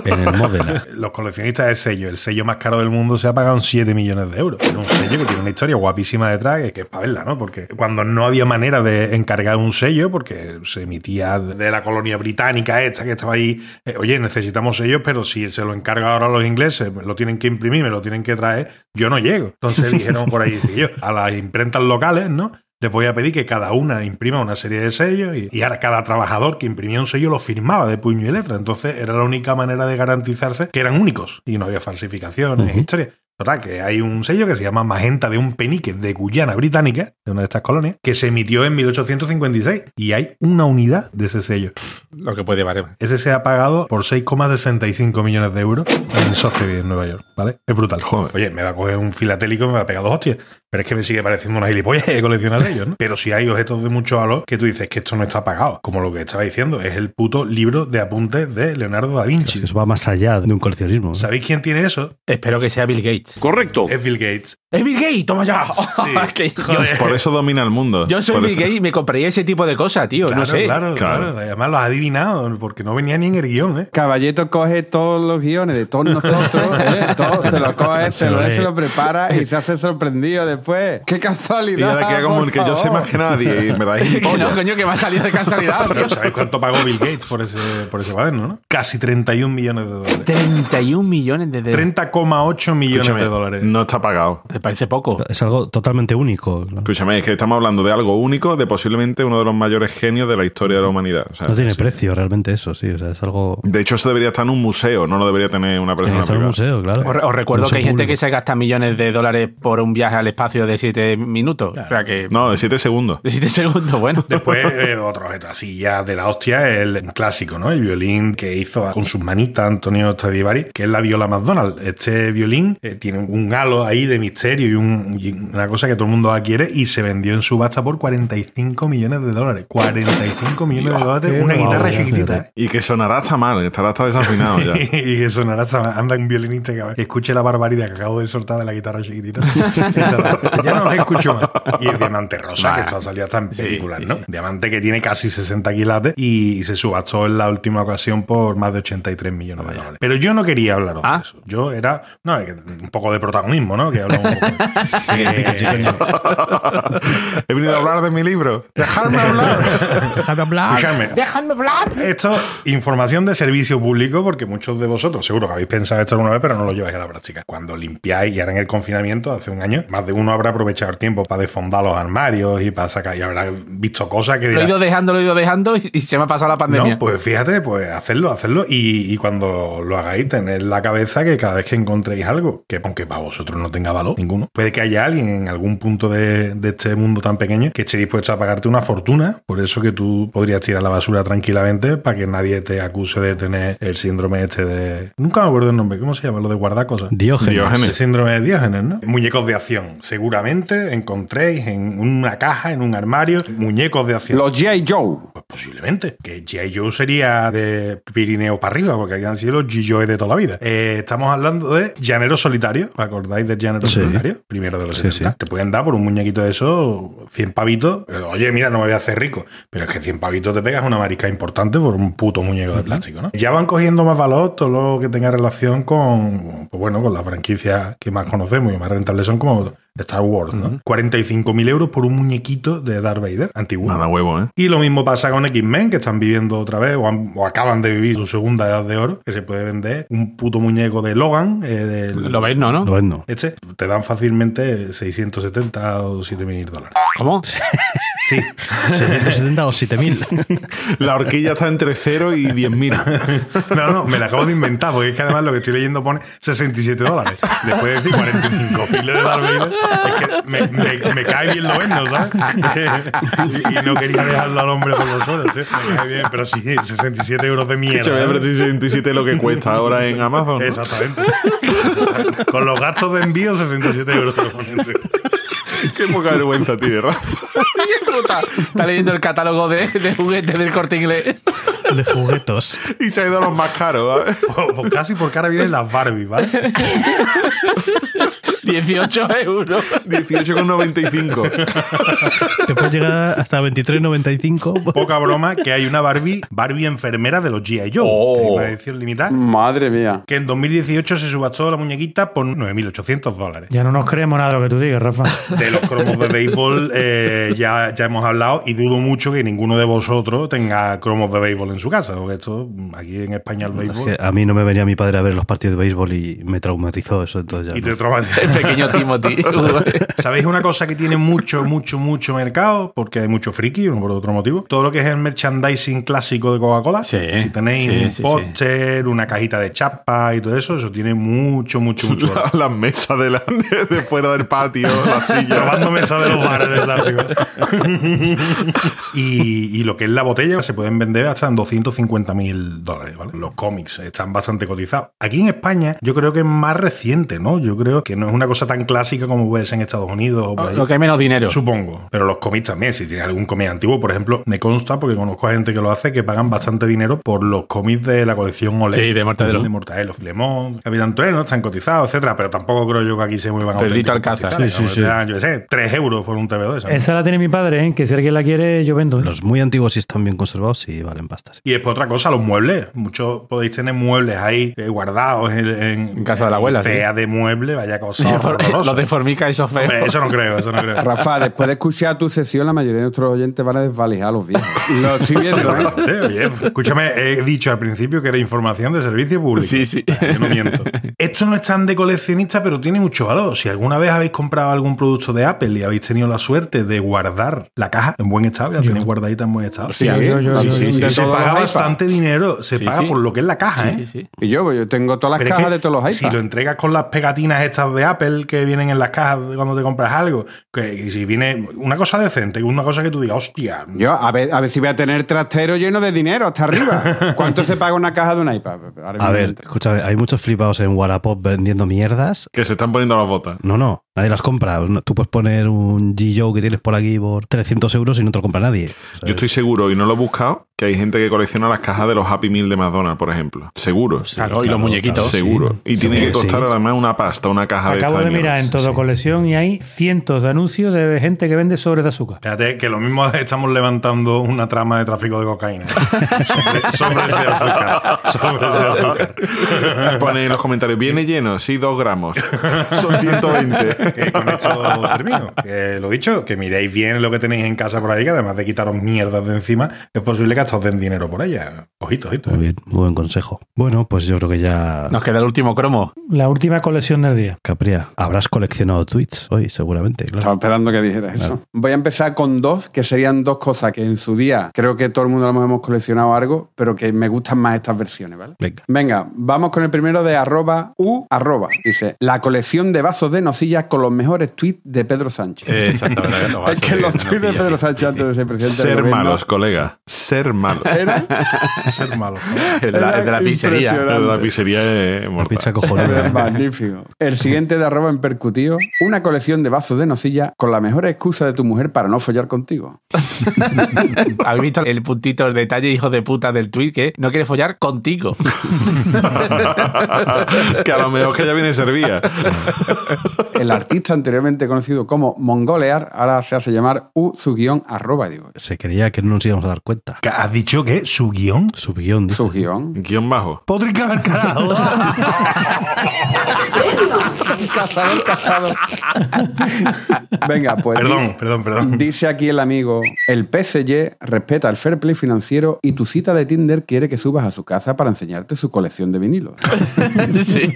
Speaker 2: En el Módena.
Speaker 4: Los coleccionistas de sello, el sello más caro del mundo, se ha pagado en 7 millones de euros. Era un sello que tiene una historia guapísima detrás, que- que es para verla, ¿no? Porque cuando no había manera de encargar un sello, porque se emitía de la colonia británica esta que estaba ahí, eh, oye, necesitamos sellos, pero si se lo encarga ahora a los ingleses, me lo tienen que imprimir, me lo tienen que traer, yo no llego. Entonces dijeron por ahí, dije yo, a las imprentas locales, ¿no? Les voy a pedir que cada una imprima una serie de sellos y, y ahora cada trabajador que imprimía un sello lo firmaba de puño y letra. Entonces era la única manera de garantizarse que eran únicos y no había falsificaciones
Speaker 2: Ujú.
Speaker 4: historias. Total, que hay un sello que se llama Magenta de un penique de Guyana Británica, de una de estas colonias, que se emitió en 1856 y hay una unidad de ese sello.
Speaker 6: Lo que puede valer.
Speaker 4: Ese se ha pagado por 6,65 millones de euros en Sotheby, en Nueva York, ¿vale? Es brutal. Oye, me va a coger un filatélico y me va a pegar dos hostias. Pero es que me sigue pareciendo una gilipollas coleccionar ellos, ¿no? Pero si hay objetos de mucho valor que tú dices que esto no está pagado. Como lo que estaba diciendo, es el puto libro de apuntes de Leonardo da
Speaker 2: Es
Speaker 4: Vinci.
Speaker 2: que Eso va más allá de un coleccionismo. ¿eh?
Speaker 4: ¿Sabéis quién tiene eso?
Speaker 6: Espero que sea Bill Gates.
Speaker 4: Es Bill Gates.
Speaker 6: ¡Es Bill Gates! ¡Toma ya!
Speaker 4: Sí.
Speaker 6: Que yo-
Speaker 4: Joder.
Speaker 1: Por eso domina el mundo.
Speaker 6: Yo soy
Speaker 1: Por
Speaker 6: Bill
Speaker 1: eso-
Speaker 6: Gates y me compraría ese tipo de cosas, tío.
Speaker 4: Claro,
Speaker 6: no sé.
Speaker 4: claro,
Speaker 1: Claro.
Speaker 4: claro. Además lo has adivinado, porque no venía ni en el guión, ¿eh?
Speaker 3: Caballeto coge todos los guiones de todos nosotros, ¿eh? Todo, se lo coge, se
Speaker 2: Se
Speaker 3: lo
Speaker 2: lo
Speaker 3: lee,
Speaker 2: lee.
Speaker 3: se lo prepara y se hace sorprendido después. ¡Qué
Speaker 1: Y
Speaker 3: casualidad!
Speaker 1: ahora queda como
Speaker 3: por
Speaker 1: el que yo sé
Speaker 3: favor!
Speaker 1: más que nadie y me da
Speaker 6: Que no, coño, que me ha salido de casualidad. tío.
Speaker 4: Pero ¿sabéis cuánto pagó Bill Gates por ese, por ese cuaderno, no? Casi 31 millones de dólares.
Speaker 6: 31 millones de... de-
Speaker 4: 30,8 millones de dólares.
Speaker 1: No está pagado.
Speaker 6: Me parece poco.
Speaker 2: Es algo totalmente único. ¿no?
Speaker 1: Escúchame, es que estamos hablando de algo único, de posiblemente uno de los mayores genios de la historia de la humanidad. O sea,
Speaker 2: No tiene
Speaker 1: sí.
Speaker 2: precio realmente eso, sí. O sea, es algo.
Speaker 1: De hecho, eso debería estar en un museo, no lo debería tener una
Speaker 2: Tiene que
Speaker 1: persona
Speaker 2: estar en un
Speaker 1: privada.
Speaker 2: museo, claro.
Speaker 6: Os, os recuerdo
Speaker 2: Museo
Speaker 6: que hay gente que
Speaker 2: público.
Speaker 6: se gasta millones de dólares por un viaje al espacio de 7 minutos. O sea que...
Speaker 1: No, de 7 segundos.
Speaker 6: De 7 segundos, bueno.
Speaker 4: Después, eh, otro objeto así ya de la hostia, el clásico, ¿no? El violín que hizo con sus manitas Antonio Stradivari, que es la viola McDonald. Este violín eh, tiene un halo ahí de misterio y, un- y una cosa que todo el mundo adquiere y se vendió en subasta por 45 millones de dólares. 45 millones de dólares,
Speaker 5: qué
Speaker 4: una guitarra
Speaker 5: barbaridad,
Speaker 4: chiquitita. ¿eh?
Speaker 2: fíjate.
Speaker 1: Y que sonará hasta mal, estará hasta desafinado ya.
Speaker 4: y que sonará hasta- anda un violinista que- que escuche la barbaridad que acabo de soltar de la guitarra chiquitita ya no la escucho más y el diamante rosa
Speaker 6: Bah.
Speaker 4: que esto ha salido hasta en
Speaker 6: Sí,
Speaker 4: películas
Speaker 6: sí,
Speaker 4: ¿no?
Speaker 6: sí.
Speaker 4: diamante que tiene casi 60 quilates y se subastó en la última ocasión por más de 83 millones de dólares pero yo no quería hablaros
Speaker 6: Ah.
Speaker 4: de eso yo era no es que un poco de protagonismo, ¿no? Que hablamos un poco. Eh,
Speaker 1: He venido a hablar de mi libro.
Speaker 4: Dejarme hablar.
Speaker 2: Déjame hablar.
Speaker 4: Escuchadme.
Speaker 8: Déjame hablar.
Speaker 4: Esto, información de servicio público, porque muchos de vosotros seguro que habéis pensado esto alguna vez, pero no lo lleváis a la práctica. Cuando limpiáis y ahora en el confinamiento, hace un año, más de uno habrá aprovechado el tiempo para desfondar los armarios y para sacar, y habrá visto cosas que...
Speaker 6: Lo he
Speaker 4: dirá,
Speaker 6: ido dejando, lo he ido dejando y, y se me ha pasado la pandemia.
Speaker 4: no, pues fíjate, pues hacerlo, hacerlo. Y, y cuando lo hagáis, tener la cabeza que cada vez que encontréis algo, que aunque para vosotros no tenga valor ninguno, puede que haya alguien en algún punto de, de este mundo tan pequeño que esté dispuesto a pagarte una fortuna. Por eso que tú podrías tirar la basura tranquilamente para que nadie te acuse de tener el síndrome este de. Nunca me acuerdo el nombre, ¿cómo se llama? Lo de guardar cosas.
Speaker 2: Diógenes.
Speaker 1: Diógenes.
Speaker 4: Ese síndrome de Diógenes, ¿no? Muñecos de acción. Seguramente encontréis en una caja, en un armario, muñecos de acción.
Speaker 3: Los G.I. Joe.
Speaker 4: Pues posiblemente. Que G.I. Joe sería de Pirineo para arriba, porque aquí han sido los G.I.O.E. de toda la vida. Eh, estamos hablando de Llanero Solitario. ¿Os acordáis de Llanero
Speaker 2: Sí.
Speaker 4: Solitario? Primero de los
Speaker 2: Sí,
Speaker 4: 70.
Speaker 2: sí.
Speaker 4: Te pueden dar por un muñequito de eso 100 pavitos. Pero, Oye, mira, no me voy a hacer rico. Pero es que 100 pavitos te pegas una marisca importante por un puto muñeco de plástico, ¿no? Ya van cogiendo más valor todo lo que tenga relación con, pues bueno, con las franquicias que más conocemos y más rentables son como Star Wars, ¿no? 45.000 euros por un muñequito de Darth Vader antiguo.
Speaker 1: Nada huevo, ¿eh?
Speaker 4: Y lo mismo pasa con X-Men, que están viviendo otra vez, o, han- o acaban de vivir su segunda edad de oro, que se puede vender un puto muñeco de Logan, eh, del-
Speaker 6: Lo ves, ¿no? ¿no?
Speaker 2: Bueno,
Speaker 4: este, te dan fácilmente 670 o 7.000 dólares.
Speaker 6: ¿Cómo?
Speaker 4: Sí,
Speaker 2: 770 o 7000.
Speaker 1: La horquilla está entre 0 y 10.000.
Speaker 4: no, no, me la acabo de inventar, porque es que además lo que estoy leyendo pone 67 dólares. Después de decir 45.000 de Darth Vader, es que me, me- me cae bien lo bueno, ¿sabes? y, y no quería dejarlo al hombre por los suelos, tío. me cae bien, pero sí, 67 euros de mierda.
Speaker 1: Escúchame, pero si 67 es lo que cuesta ahora en Amazon. ¿no?
Speaker 4: Exactamente. Con los gastos de envío, 67 euros. te lo ponen, sí.
Speaker 1: Qué poca vergüenza tiene, Rafa.
Speaker 6: Puta, Está leyendo el catálogo de, de juguetes del corte inglés.
Speaker 2: de juguetos.
Speaker 1: Y se ha ido a los más caros, ¿sabes?
Speaker 4: Pues- pues casi porque ahora vienen las Barbie, ¿vale?
Speaker 6: 18 euros.
Speaker 1: 18,95.
Speaker 2: Te puede llegar hasta 23.95.
Speaker 4: Poca broma que hay una Barbie, Barbie enfermera de los G.I. Joe,
Speaker 1: Oh.
Speaker 4: que iba a decir limitada,
Speaker 3: Madre mía.
Speaker 4: que en 2018 se subastó la muñequita por 9.800 dólares.
Speaker 5: Ya no nos creemos nada de lo que tú digas, Rafa.
Speaker 4: De los cromos de béisbol eh, ya, ya hemos hablado y dudo mucho que ninguno de vosotros tenga cromos de béisbol en su casa, porque esto aquí en España el
Speaker 2: Es
Speaker 4: béisbol...
Speaker 2: que a mí no me venía mi padre a ver los partidos de béisbol y me traumatizó eso, entonces ya.
Speaker 4: Y
Speaker 2: no.
Speaker 4: te traumatiza.
Speaker 6: El pequeño Timothy.
Speaker 4: ¿Sabéis una cosa que tiene mucho, mucho, mucho mercado? Porque hay mucho friki, no por otro motivo. Todo lo que es el merchandising clásico de Coca-Cola.
Speaker 6: Sí,
Speaker 4: si tenéis
Speaker 6: sí,
Speaker 4: un
Speaker 6: sí,
Speaker 4: póster, una cajita de chapa y todo eso, eso tiene mucho, mucho, mucho. valor.
Speaker 1: Las mesas de, la- de- de fuera del patio, la silla.
Speaker 4: Robando mesa de los bares de plástico. y, y lo que es la botella se pueden vender hasta en 250 mil dólares, ¿vale? Los cómics están bastante cotizados. Aquí en España yo creo que es más reciente, ¿no? Yo creo que no es una cosa tan clásica como puede ser en Estados Unidos o por ahí.
Speaker 6: Ah, Lo que hay menos dinero.
Speaker 4: Supongo. Pero los cómics también, si tienes algún cómic antiguo, por ejemplo, me consta, porque conozco a gente que lo hace, que pagan bastante dinero por los cómics de la colección Olé.
Speaker 6: Sí, de Mortadelo.
Speaker 4: De Mortadelo, Filemón, Capitán Trueno, están cotizados, etcétera, pero tampoco creo yo que aquí se muevan
Speaker 6: Pedrito
Speaker 4: auténticos
Speaker 6: Alcázar.
Speaker 4: cotizales,
Speaker 2: Sí, sí,
Speaker 4: ¿no?
Speaker 2: sí.
Speaker 4: Te dan, yo qué sé, 3 euros por un TVO de esa, ¿no?
Speaker 5: Esa la tiene mi padre, ¿eh? que si alguien la quiere, yo vendo. ¿eh?
Speaker 2: Los muy antiguos, si están bien conservados, sí valen pastas.
Speaker 4: Y después otra cosa, los muebles. Muchos podéis tener muebles ahí eh, guardados en,
Speaker 6: En casa de la abuela, sí.
Speaker 4: Fea de mueble, vaya cosa. horrorosa.
Speaker 6: Los de Formica y Sofeo.
Speaker 4: Hombre, eso no creo, eso no creo.
Speaker 3: Rafa, después de escuchar tu sesión, la mayoría de nuestros oyentes van a desvalijar a los viejos. Lo estoy viendo, ¿eh?
Speaker 4: Efectivamente, oye, escúchame, he dicho al principio que era información de servicio público.
Speaker 6: Sí, sí.
Speaker 4: Yo no miento. Esto no es tan de coleccionista, pero tiene mucho valor. Si alguna vez habéis comprado algún producto de Apple y habéis tenido la suerte de guardar la caja en buen estado, y la tenéis guardadita en buen estado,
Speaker 6: Sí, yo- yo-
Speaker 3: Sí,
Speaker 6: yo-
Speaker 3: sí,
Speaker 6: yo-
Speaker 3: sí.
Speaker 6: yo-
Speaker 3: De
Speaker 4: se
Speaker 3: todos
Speaker 4: paga
Speaker 3: los iPads.
Speaker 4: bastante dinero. Se
Speaker 6: Sí,
Speaker 4: paga
Speaker 6: sí.
Speaker 4: por lo que es la caja, ¿eh?
Speaker 6: Sí, sí, sí.
Speaker 3: Y yo, yo tengo todas las
Speaker 4: Pero es
Speaker 3: cajas
Speaker 4: que
Speaker 3: de todos los
Speaker 4: Si
Speaker 3: iPads.
Speaker 4: lo entregas con las pegatinas estas de Apple que vienen en las cajas de cuando te compras algo, que y si viene una cosa decente, una cosa que tú digas, hostia,
Speaker 3: Yo, a ver, a ver si voy a tener trastero lleno de dinero hasta arriba. ¿Cuánto se paga una caja de un iPad? Ahora
Speaker 2: A
Speaker 3: mismo
Speaker 2: ver,
Speaker 3: entra.
Speaker 2: escúchame, hay muchos flipados en Wallapop vendiendo mierdas.
Speaker 1: Que se están poniendo las botas.
Speaker 2: No, no, Nadie las compra. No- Tú puedes poner un G-Joe que tienes por aquí por 300 euros y no te lo compra nadie. ¿sabes?
Speaker 1: Yo estoy seguro, y no lo he buscado, que hay gente que colecciona las cajas de los Happy Meal de McDonald's, por ejemplo.
Speaker 2: pues
Speaker 1: Seguro.
Speaker 2: Oh,
Speaker 6: Claro, y los muñequitos.
Speaker 2: sí.
Speaker 1: Seguro. Y tiene
Speaker 2: Sí,
Speaker 1: que
Speaker 2: sí.
Speaker 1: costar además una pasta, una caja de
Speaker 5: Acabo
Speaker 1: estas
Speaker 5: de mirar
Speaker 1: mierdas.
Speaker 5: en todo
Speaker 2: sí.
Speaker 5: colección y hay cientos de anuncios de gente que vende sobres de azúcar.
Speaker 4: Fíjate que lo mismo estamos levantando una trama de tráfico de cocaína. Sobre- Sobres de azúcar. Sobres de azúcar.
Speaker 1: Pone en los comentarios, viene lleno, sí, dos gramos. Son 120.
Speaker 4: Que con esto termino. Que lo dicho, que miréis bien lo que tenéis en casa por ahí, que además de quitaros mierdas de encima, es posible que hasta os den dinero por ella. Ojito, ojito.
Speaker 2: Muy bien, muy buen consejo. Bueno, pues yo creo que ya.
Speaker 6: Nos queda el último cromo.
Speaker 5: La última colección del día.
Speaker 2: Capria, habrás coleccionado tweets hoy, seguramente. claro.
Speaker 3: Estaba esperando que dijeras eso. Voy a empezar con dos, que serían dos cosas que en su día creo que todo el mundo lo hemos- hemos coleccionado algo, pero que me gustan más estas versiones, ¿vale?
Speaker 2: Venga.
Speaker 3: Venga, vamos con el primero de arroba u arroba. Dice, la colección de vasos de nocillas con los mejores tweets de Pedro Sánchez.
Speaker 7: Exactamente.
Speaker 2: Eh,
Speaker 3: es que los tweets de Pedro Sánchez antes de ser presidente del
Speaker 1: Ser
Speaker 3: gobierno
Speaker 1: malos, colega. Ser malos.
Speaker 3: eran-
Speaker 4: Ser malo.
Speaker 6: El de la, el de la pizzería.
Speaker 3: impresionante.
Speaker 1: La pizzería es
Speaker 2: La
Speaker 1: mortal.
Speaker 2: pizza cojonuda. ¿eh?
Speaker 3: Es magnífico. El siguiente de arroba en percutivo, una colección de vasos de nocilla con la mejor excusa de tu mujer para no follar contigo.
Speaker 6: ¿Habéis visto el puntito, el detalle, hijo de puta, del tweet que no quiere follar contigo?
Speaker 1: que a lo mejor que ya viene servía.
Speaker 3: El artista anteriormente conocido como Mongolear ahora se hace llamar u su guión arroba, digo.
Speaker 2: Se creía que no nos íbamos a dar cuenta.
Speaker 4: Que ¿Has dicho que su guión?
Speaker 2: Su guión. dice.
Speaker 3: Su guión.
Speaker 1: Guión bajo.
Speaker 4: Podrica al carajo.
Speaker 3: Cazador, cazador. Venga, pues.
Speaker 4: Perdón, perdón, perdón.
Speaker 3: Dice aquí el amigo, el PSG respeta el fair play financiero y tu cita de Tinder quiere que subas a su casa para enseñarte su colección de vinilos.
Speaker 6: sí.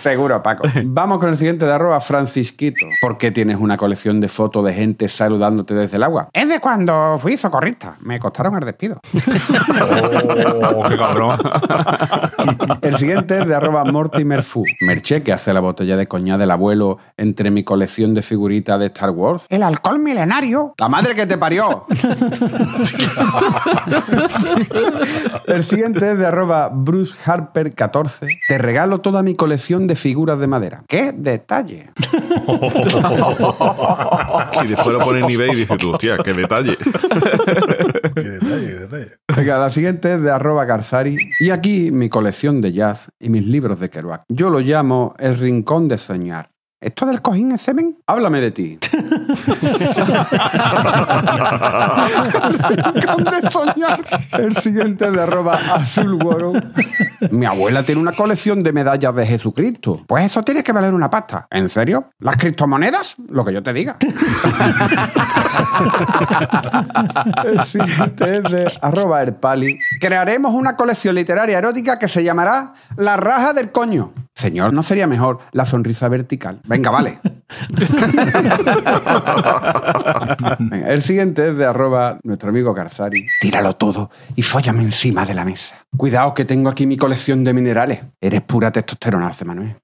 Speaker 3: Seguro, Paco. Vamos con el siguiente de arroba Francisquito. ¿Por qué tienes una colección de fotos de gente saludándote desde el agua? Es de cuando fui socorrista. Me costaron el despido.
Speaker 6: Oh, qué cabrón.
Speaker 3: El siguiente es de arroba Mortimer Fu. Merche que hace la botella de coña del abuelo entre mi colección de figuritas de Star Wars. El alcohol milenario. La madre que te parió. El siguiente es de arroba Bruce Harper 14. Te regalo toda mi colección de figuras de madera. ¡Qué detalle!
Speaker 1: Y después lo pone en eBay y dice tú, hostia, qué detalle.
Speaker 4: Qué detalle, qué detalle.
Speaker 3: Venga, la siguiente es de arroba Garzari. Y aquí mi colección de jazz y mis libros de Kerouac. Yo lo llamo el rincón de soñar. ¿Esto del cojín es semen? Háblame de ti. rincón de soñar. El siguiente es de arroba azul guaro. Mi abuela tiene una colección de medallas de Jesucristo. Pues eso tiene que valer una pasta. ¿En serio? ¿Las criptomonedas? Lo que yo te diga. El siguiente es de arroba erpali. Crearemos una colección literaria erótica que se llamará La raja del coño. Señor, ¿no sería mejor la sonrisa vertical? Venga, vale. Venga, el siguiente es de arroba nuestro amigo Garzari. Tíralo todo y fóllame encima de la mesa. Cuidado que tengo aquí mi colección de minerales. Eres pura testosterona, Manuel.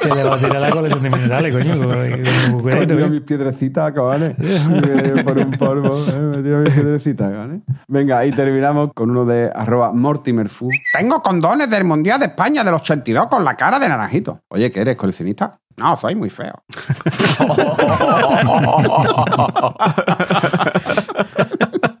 Speaker 5: Que le va a tirar la colección de minerales, coño.
Speaker 3: Me
Speaker 5: Cuidadito,
Speaker 3: tiro
Speaker 5: eh.
Speaker 3: mis piedrecitas, cabales. Eh, Por un polvo. eh, Me tiro mis piedrecitas, cabales. Venga, y terminamos con uno de arroba mortimerfu. Tengo condones del Mundial de España del 82 con la cara de naranjito. Oye, ¿qué eres, coleccionista? No, soy muy feo.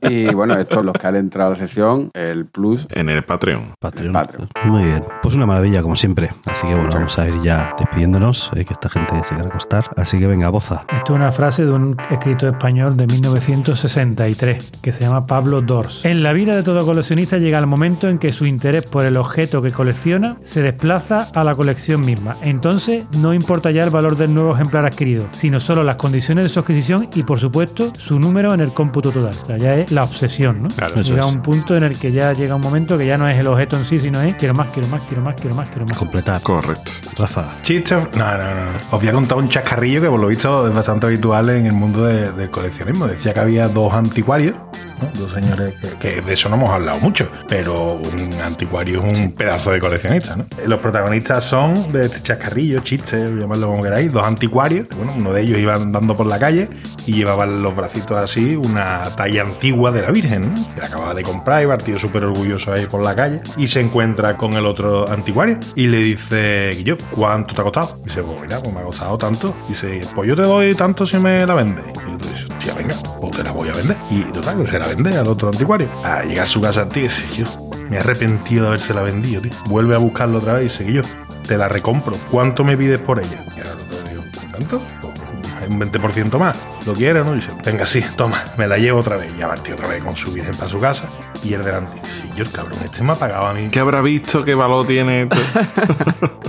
Speaker 3: y bueno, estos los que han entrado a la sesión, el plus.
Speaker 1: En el Patreon.
Speaker 2: Patreon.
Speaker 3: Patreon.
Speaker 2: Muy bien. Pues una maravilla, como siempre. Así que bueno, vamos a ir ya despidiéndonos, eh, que esta gente se quiere acostar. Así que venga, boza.
Speaker 5: Esto es una frase de un escritor español de 1963 que se llama Pablo Dors. En la vida de todo coleccionista llega el momento en que su interés por el objeto que colecciona se desplaza a la colección misma. Entonces, no importa ya el valor del nuevo ejemplar adquirido, sino solo las condiciones de su adquisición y, por supuesto, su número en el cómputo total. O sea, ya es la obsesión, ¿no?
Speaker 6: Claro,
Speaker 2: eso
Speaker 5: llega
Speaker 2: es.
Speaker 5: un punto en el que ya llega un momento que ya no es el objeto en sí, sino es quiero más, quiero más, quiero más, quiero más, quiero más.
Speaker 2: Completar.
Speaker 1: Correcto.
Speaker 2: Rafa.
Speaker 4: Chiste. No, no, no. no. Os voy a contar un chascarrillo que por lo visto es bastante habitual en el mundo de- del coleccionismo. Decía que había dos anticuarios, ¿no? dos señores que, que de eso no hemos hablado mucho, pero un anticuario es un pedazo de coleccionista. ¿no? Eh, Los protagonistas son de este chascarrillo, chiste, llamadlo como queráis, dos anticuarios. Bueno, uno de ellos iba andando por la calle y llevaban los bracitos así, una talla antigua Cuba de la Virgen, ¿no? que la acababa de comprar, iba el tío súper orgulloso ahí por la calle, y se encuentra con el otro anticuario y le dice, Guillo, ¿cuánto te ha costado? Dice, pues mira, pues me ha costado tanto. Dice, pues yo te doy tanto si me la vendes. Y el otro dice, hostia, venga, pues te la voy a vender. Y total, que se la vende al otro anticuario. A llegar a su casa, el tío, dice, yo me he arrepentido de habérsela vendido, tío. Vuelve a buscarlo otra vez y dice, yo te la recompro. ¿Cuánto me pides por ella? Y ahora el otro digo, ¿tanto? Pues, Hay un 20% más. ¿Lo quiere o no? Dice, venga, sí, toma, me la llevo otra vez. Y partió otra vez con su virgen para su casa. Y el delante dice, yo, cabrón, este me ha pagado a mí.
Speaker 1: ¿Qué habrá visto? ¿Qué valor tiene? esto?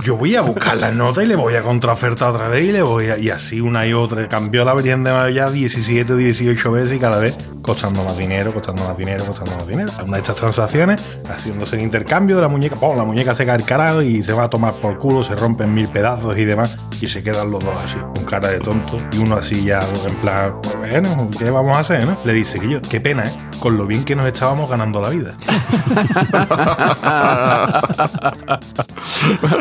Speaker 4: Yo voy a buscar las notas y le voy a contraofertar otra vez y le voy a... Y así una y otra. Cambió la Virgen de Mayo ya 17, 18 veces y cada vez costando más dinero, costando más dinero, costando más dinero. Una de estas transacciones, haciéndose el intercambio de la muñeca, ¡pum! La muñeca se cae al carajo y se va a tomar por culo, se rompen mil pedazos y demás. Y se quedan los dos así, con cara de tonto. Y uno así ya en plan, "Pues bueno, ¿qué vamos a hacer, no? Le dice que yo, qué pena, ¿eh? Con lo bien que nos estábamos ganando la vida.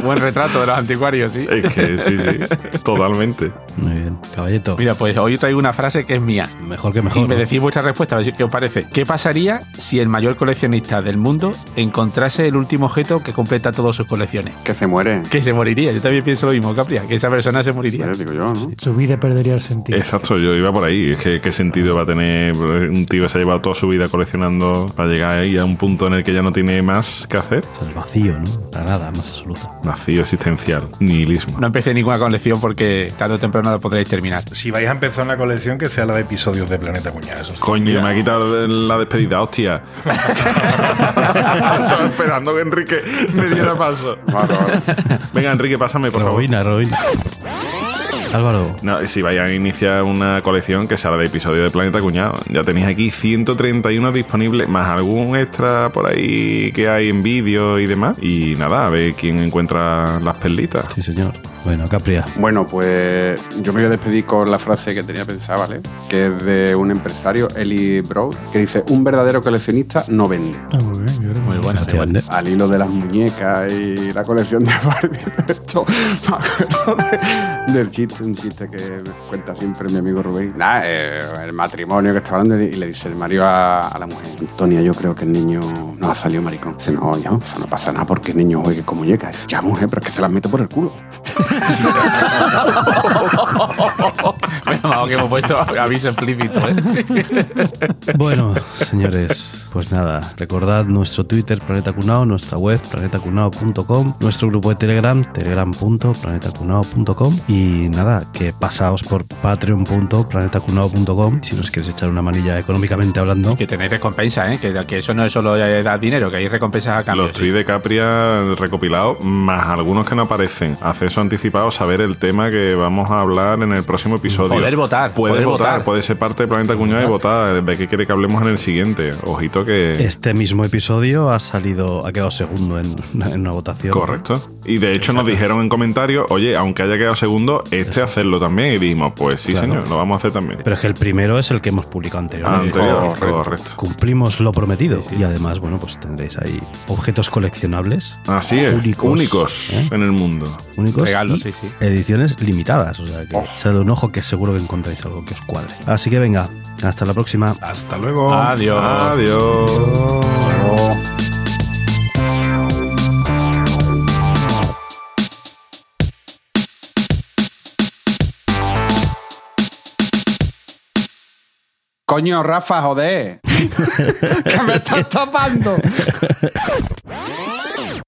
Speaker 6: Buen retrato de los anticuarios, sí.
Speaker 1: es que sí, sí, totalmente.
Speaker 2: Muy bien, caballito.
Speaker 6: Mira, pues hoy traigo una frase que es mía.
Speaker 2: Mejor que
Speaker 6: Y
Speaker 2: mejor.
Speaker 6: me
Speaker 2: ¿no?
Speaker 6: decís vuestra respuesta, a ver si- qué os parece. ¿Qué pasaría si el mayor coleccionista del mundo encontrase el último objeto que completa todas sus colecciones?
Speaker 3: Que se muere.
Speaker 6: Que se moriría. Yo también pienso lo mismo, Capria, que esa persona se moriría.
Speaker 3: Eh, Digo yo, ¿no?
Speaker 5: Su vida perdería el sentido.
Speaker 1: Exacto, yo iba por ahí. Es que qué sentido va a tener un tío que se ha llevado toda su vida coleccionando para llegar ahí a un punto en el que ya no tiene más que hacer.
Speaker 2: O sea, el vacío, ¿no? La nada más absoluta.
Speaker 1: Vacío existencial, nihilismo.
Speaker 6: No empecé ninguna colección porque tarde o temprano la podréis terminar.
Speaker 4: Si vais a empezar una colección que sea la de episodios de Planeta Cuñada, eso sí.
Speaker 1: Coño, me ha quitado la despedida, hostia. Estaba esperando que Enrique me diera paso. Venga, Enrique, pásame, por favor.
Speaker 2: Heroína, heroína. Álvaro,
Speaker 1: No, si vais a iniciar una colección que sea la de episodio de Planeta Cuñado, ya tenéis aquí 131 disponibles, más algún extra por ahí que hay en vídeo y demás. Y nada, a ver quién encuentra las perlitas.
Speaker 2: sí señor. Bueno, Capria.
Speaker 3: Bueno, pues yo me voy a despedir con la frase que tenía pensada, ¿vale? Que es de un empresario, Eli Broad, que dice, un verdadero coleccionista no vende.
Speaker 5: Ah, muy bien, yo creo.
Speaker 6: Muy buena, muy buena.
Speaker 2: Efectivamente.
Speaker 3: Al hilo de las muñecas y la colección de Barbie, esto me acuerdo de- del chiste, un chiste que me cuenta siempre mi amigo Rubén. Nada, eh, el matrimonio que está hablando y le dice el marido a, a la mujer, Antonia, yo creo que el niño no ha salido maricón. Dice, no, yo, eso no pasa nada porque el niño juegue con muñecas. Ya, mujer, pero es que se las mete por el culo.
Speaker 6: Menos mal que hemos puesto aviso explícito. ¿eh?
Speaker 2: Bueno, señores, pues nada, recordad nuestro Twitter, Planeta Cunao, nuestra web, planetacunao.com, nuestro grupo de Telegram, telegram.planetacunao.com y nada, que pasaos por patreon.planetacunao.com si nos queréis echar una manilla económicamente hablando.
Speaker 6: Que tenéis recompensa, ¿eh? que, que eso no es solo eh, dar dinero, que hay recompensas a cambio.
Speaker 1: Los tweets de Capria recopilados, más algunos que no aparecen. Acceso anticipado, saber el tema que vamos a hablar en el próximo episodio.
Speaker 6: Poder votar,
Speaker 1: Puedes
Speaker 6: poder
Speaker 1: votar,
Speaker 6: votar.
Speaker 1: puedes ser parte de Planeta Cuñado y votar. ¿De qué quiere que hablemos en el siguiente? Ojito que.
Speaker 2: Este mismo episodio ha salido, ha quedado segundo en, en una votación.
Speaker 1: Correcto. Y de hecho nos dijeron en comentarios, oye, aunque haya quedado segundo, este hacerlo también. Y dijimos, pues sí,
Speaker 2: Claro.
Speaker 1: señor, lo vamos a hacer también.
Speaker 2: Pero es que el primero es el que hemos publicado
Speaker 1: Ah,
Speaker 2: anteriormente.
Speaker 1: anterior,
Speaker 3: correcto.
Speaker 1: correcto.
Speaker 2: Cumplimos lo prometido y además, bueno, pues tendréis ahí objetos coleccionables
Speaker 1: Así es, únicos,
Speaker 2: Únicos, ¿eh?
Speaker 1: en el mundo.
Speaker 2: únicos
Speaker 6: Regalos,
Speaker 2: y
Speaker 6: sí, Oh. sí.
Speaker 2: ediciones limitadas. O sea que echadle un ojo que seguro que encontráis algo que os cuadre. Así que venga, hasta la próxima.
Speaker 4: Hasta luego.
Speaker 6: Adiós.
Speaker 1: Adiós.
Speaker 3: Coño, Rafa, joder. que me estás tapando.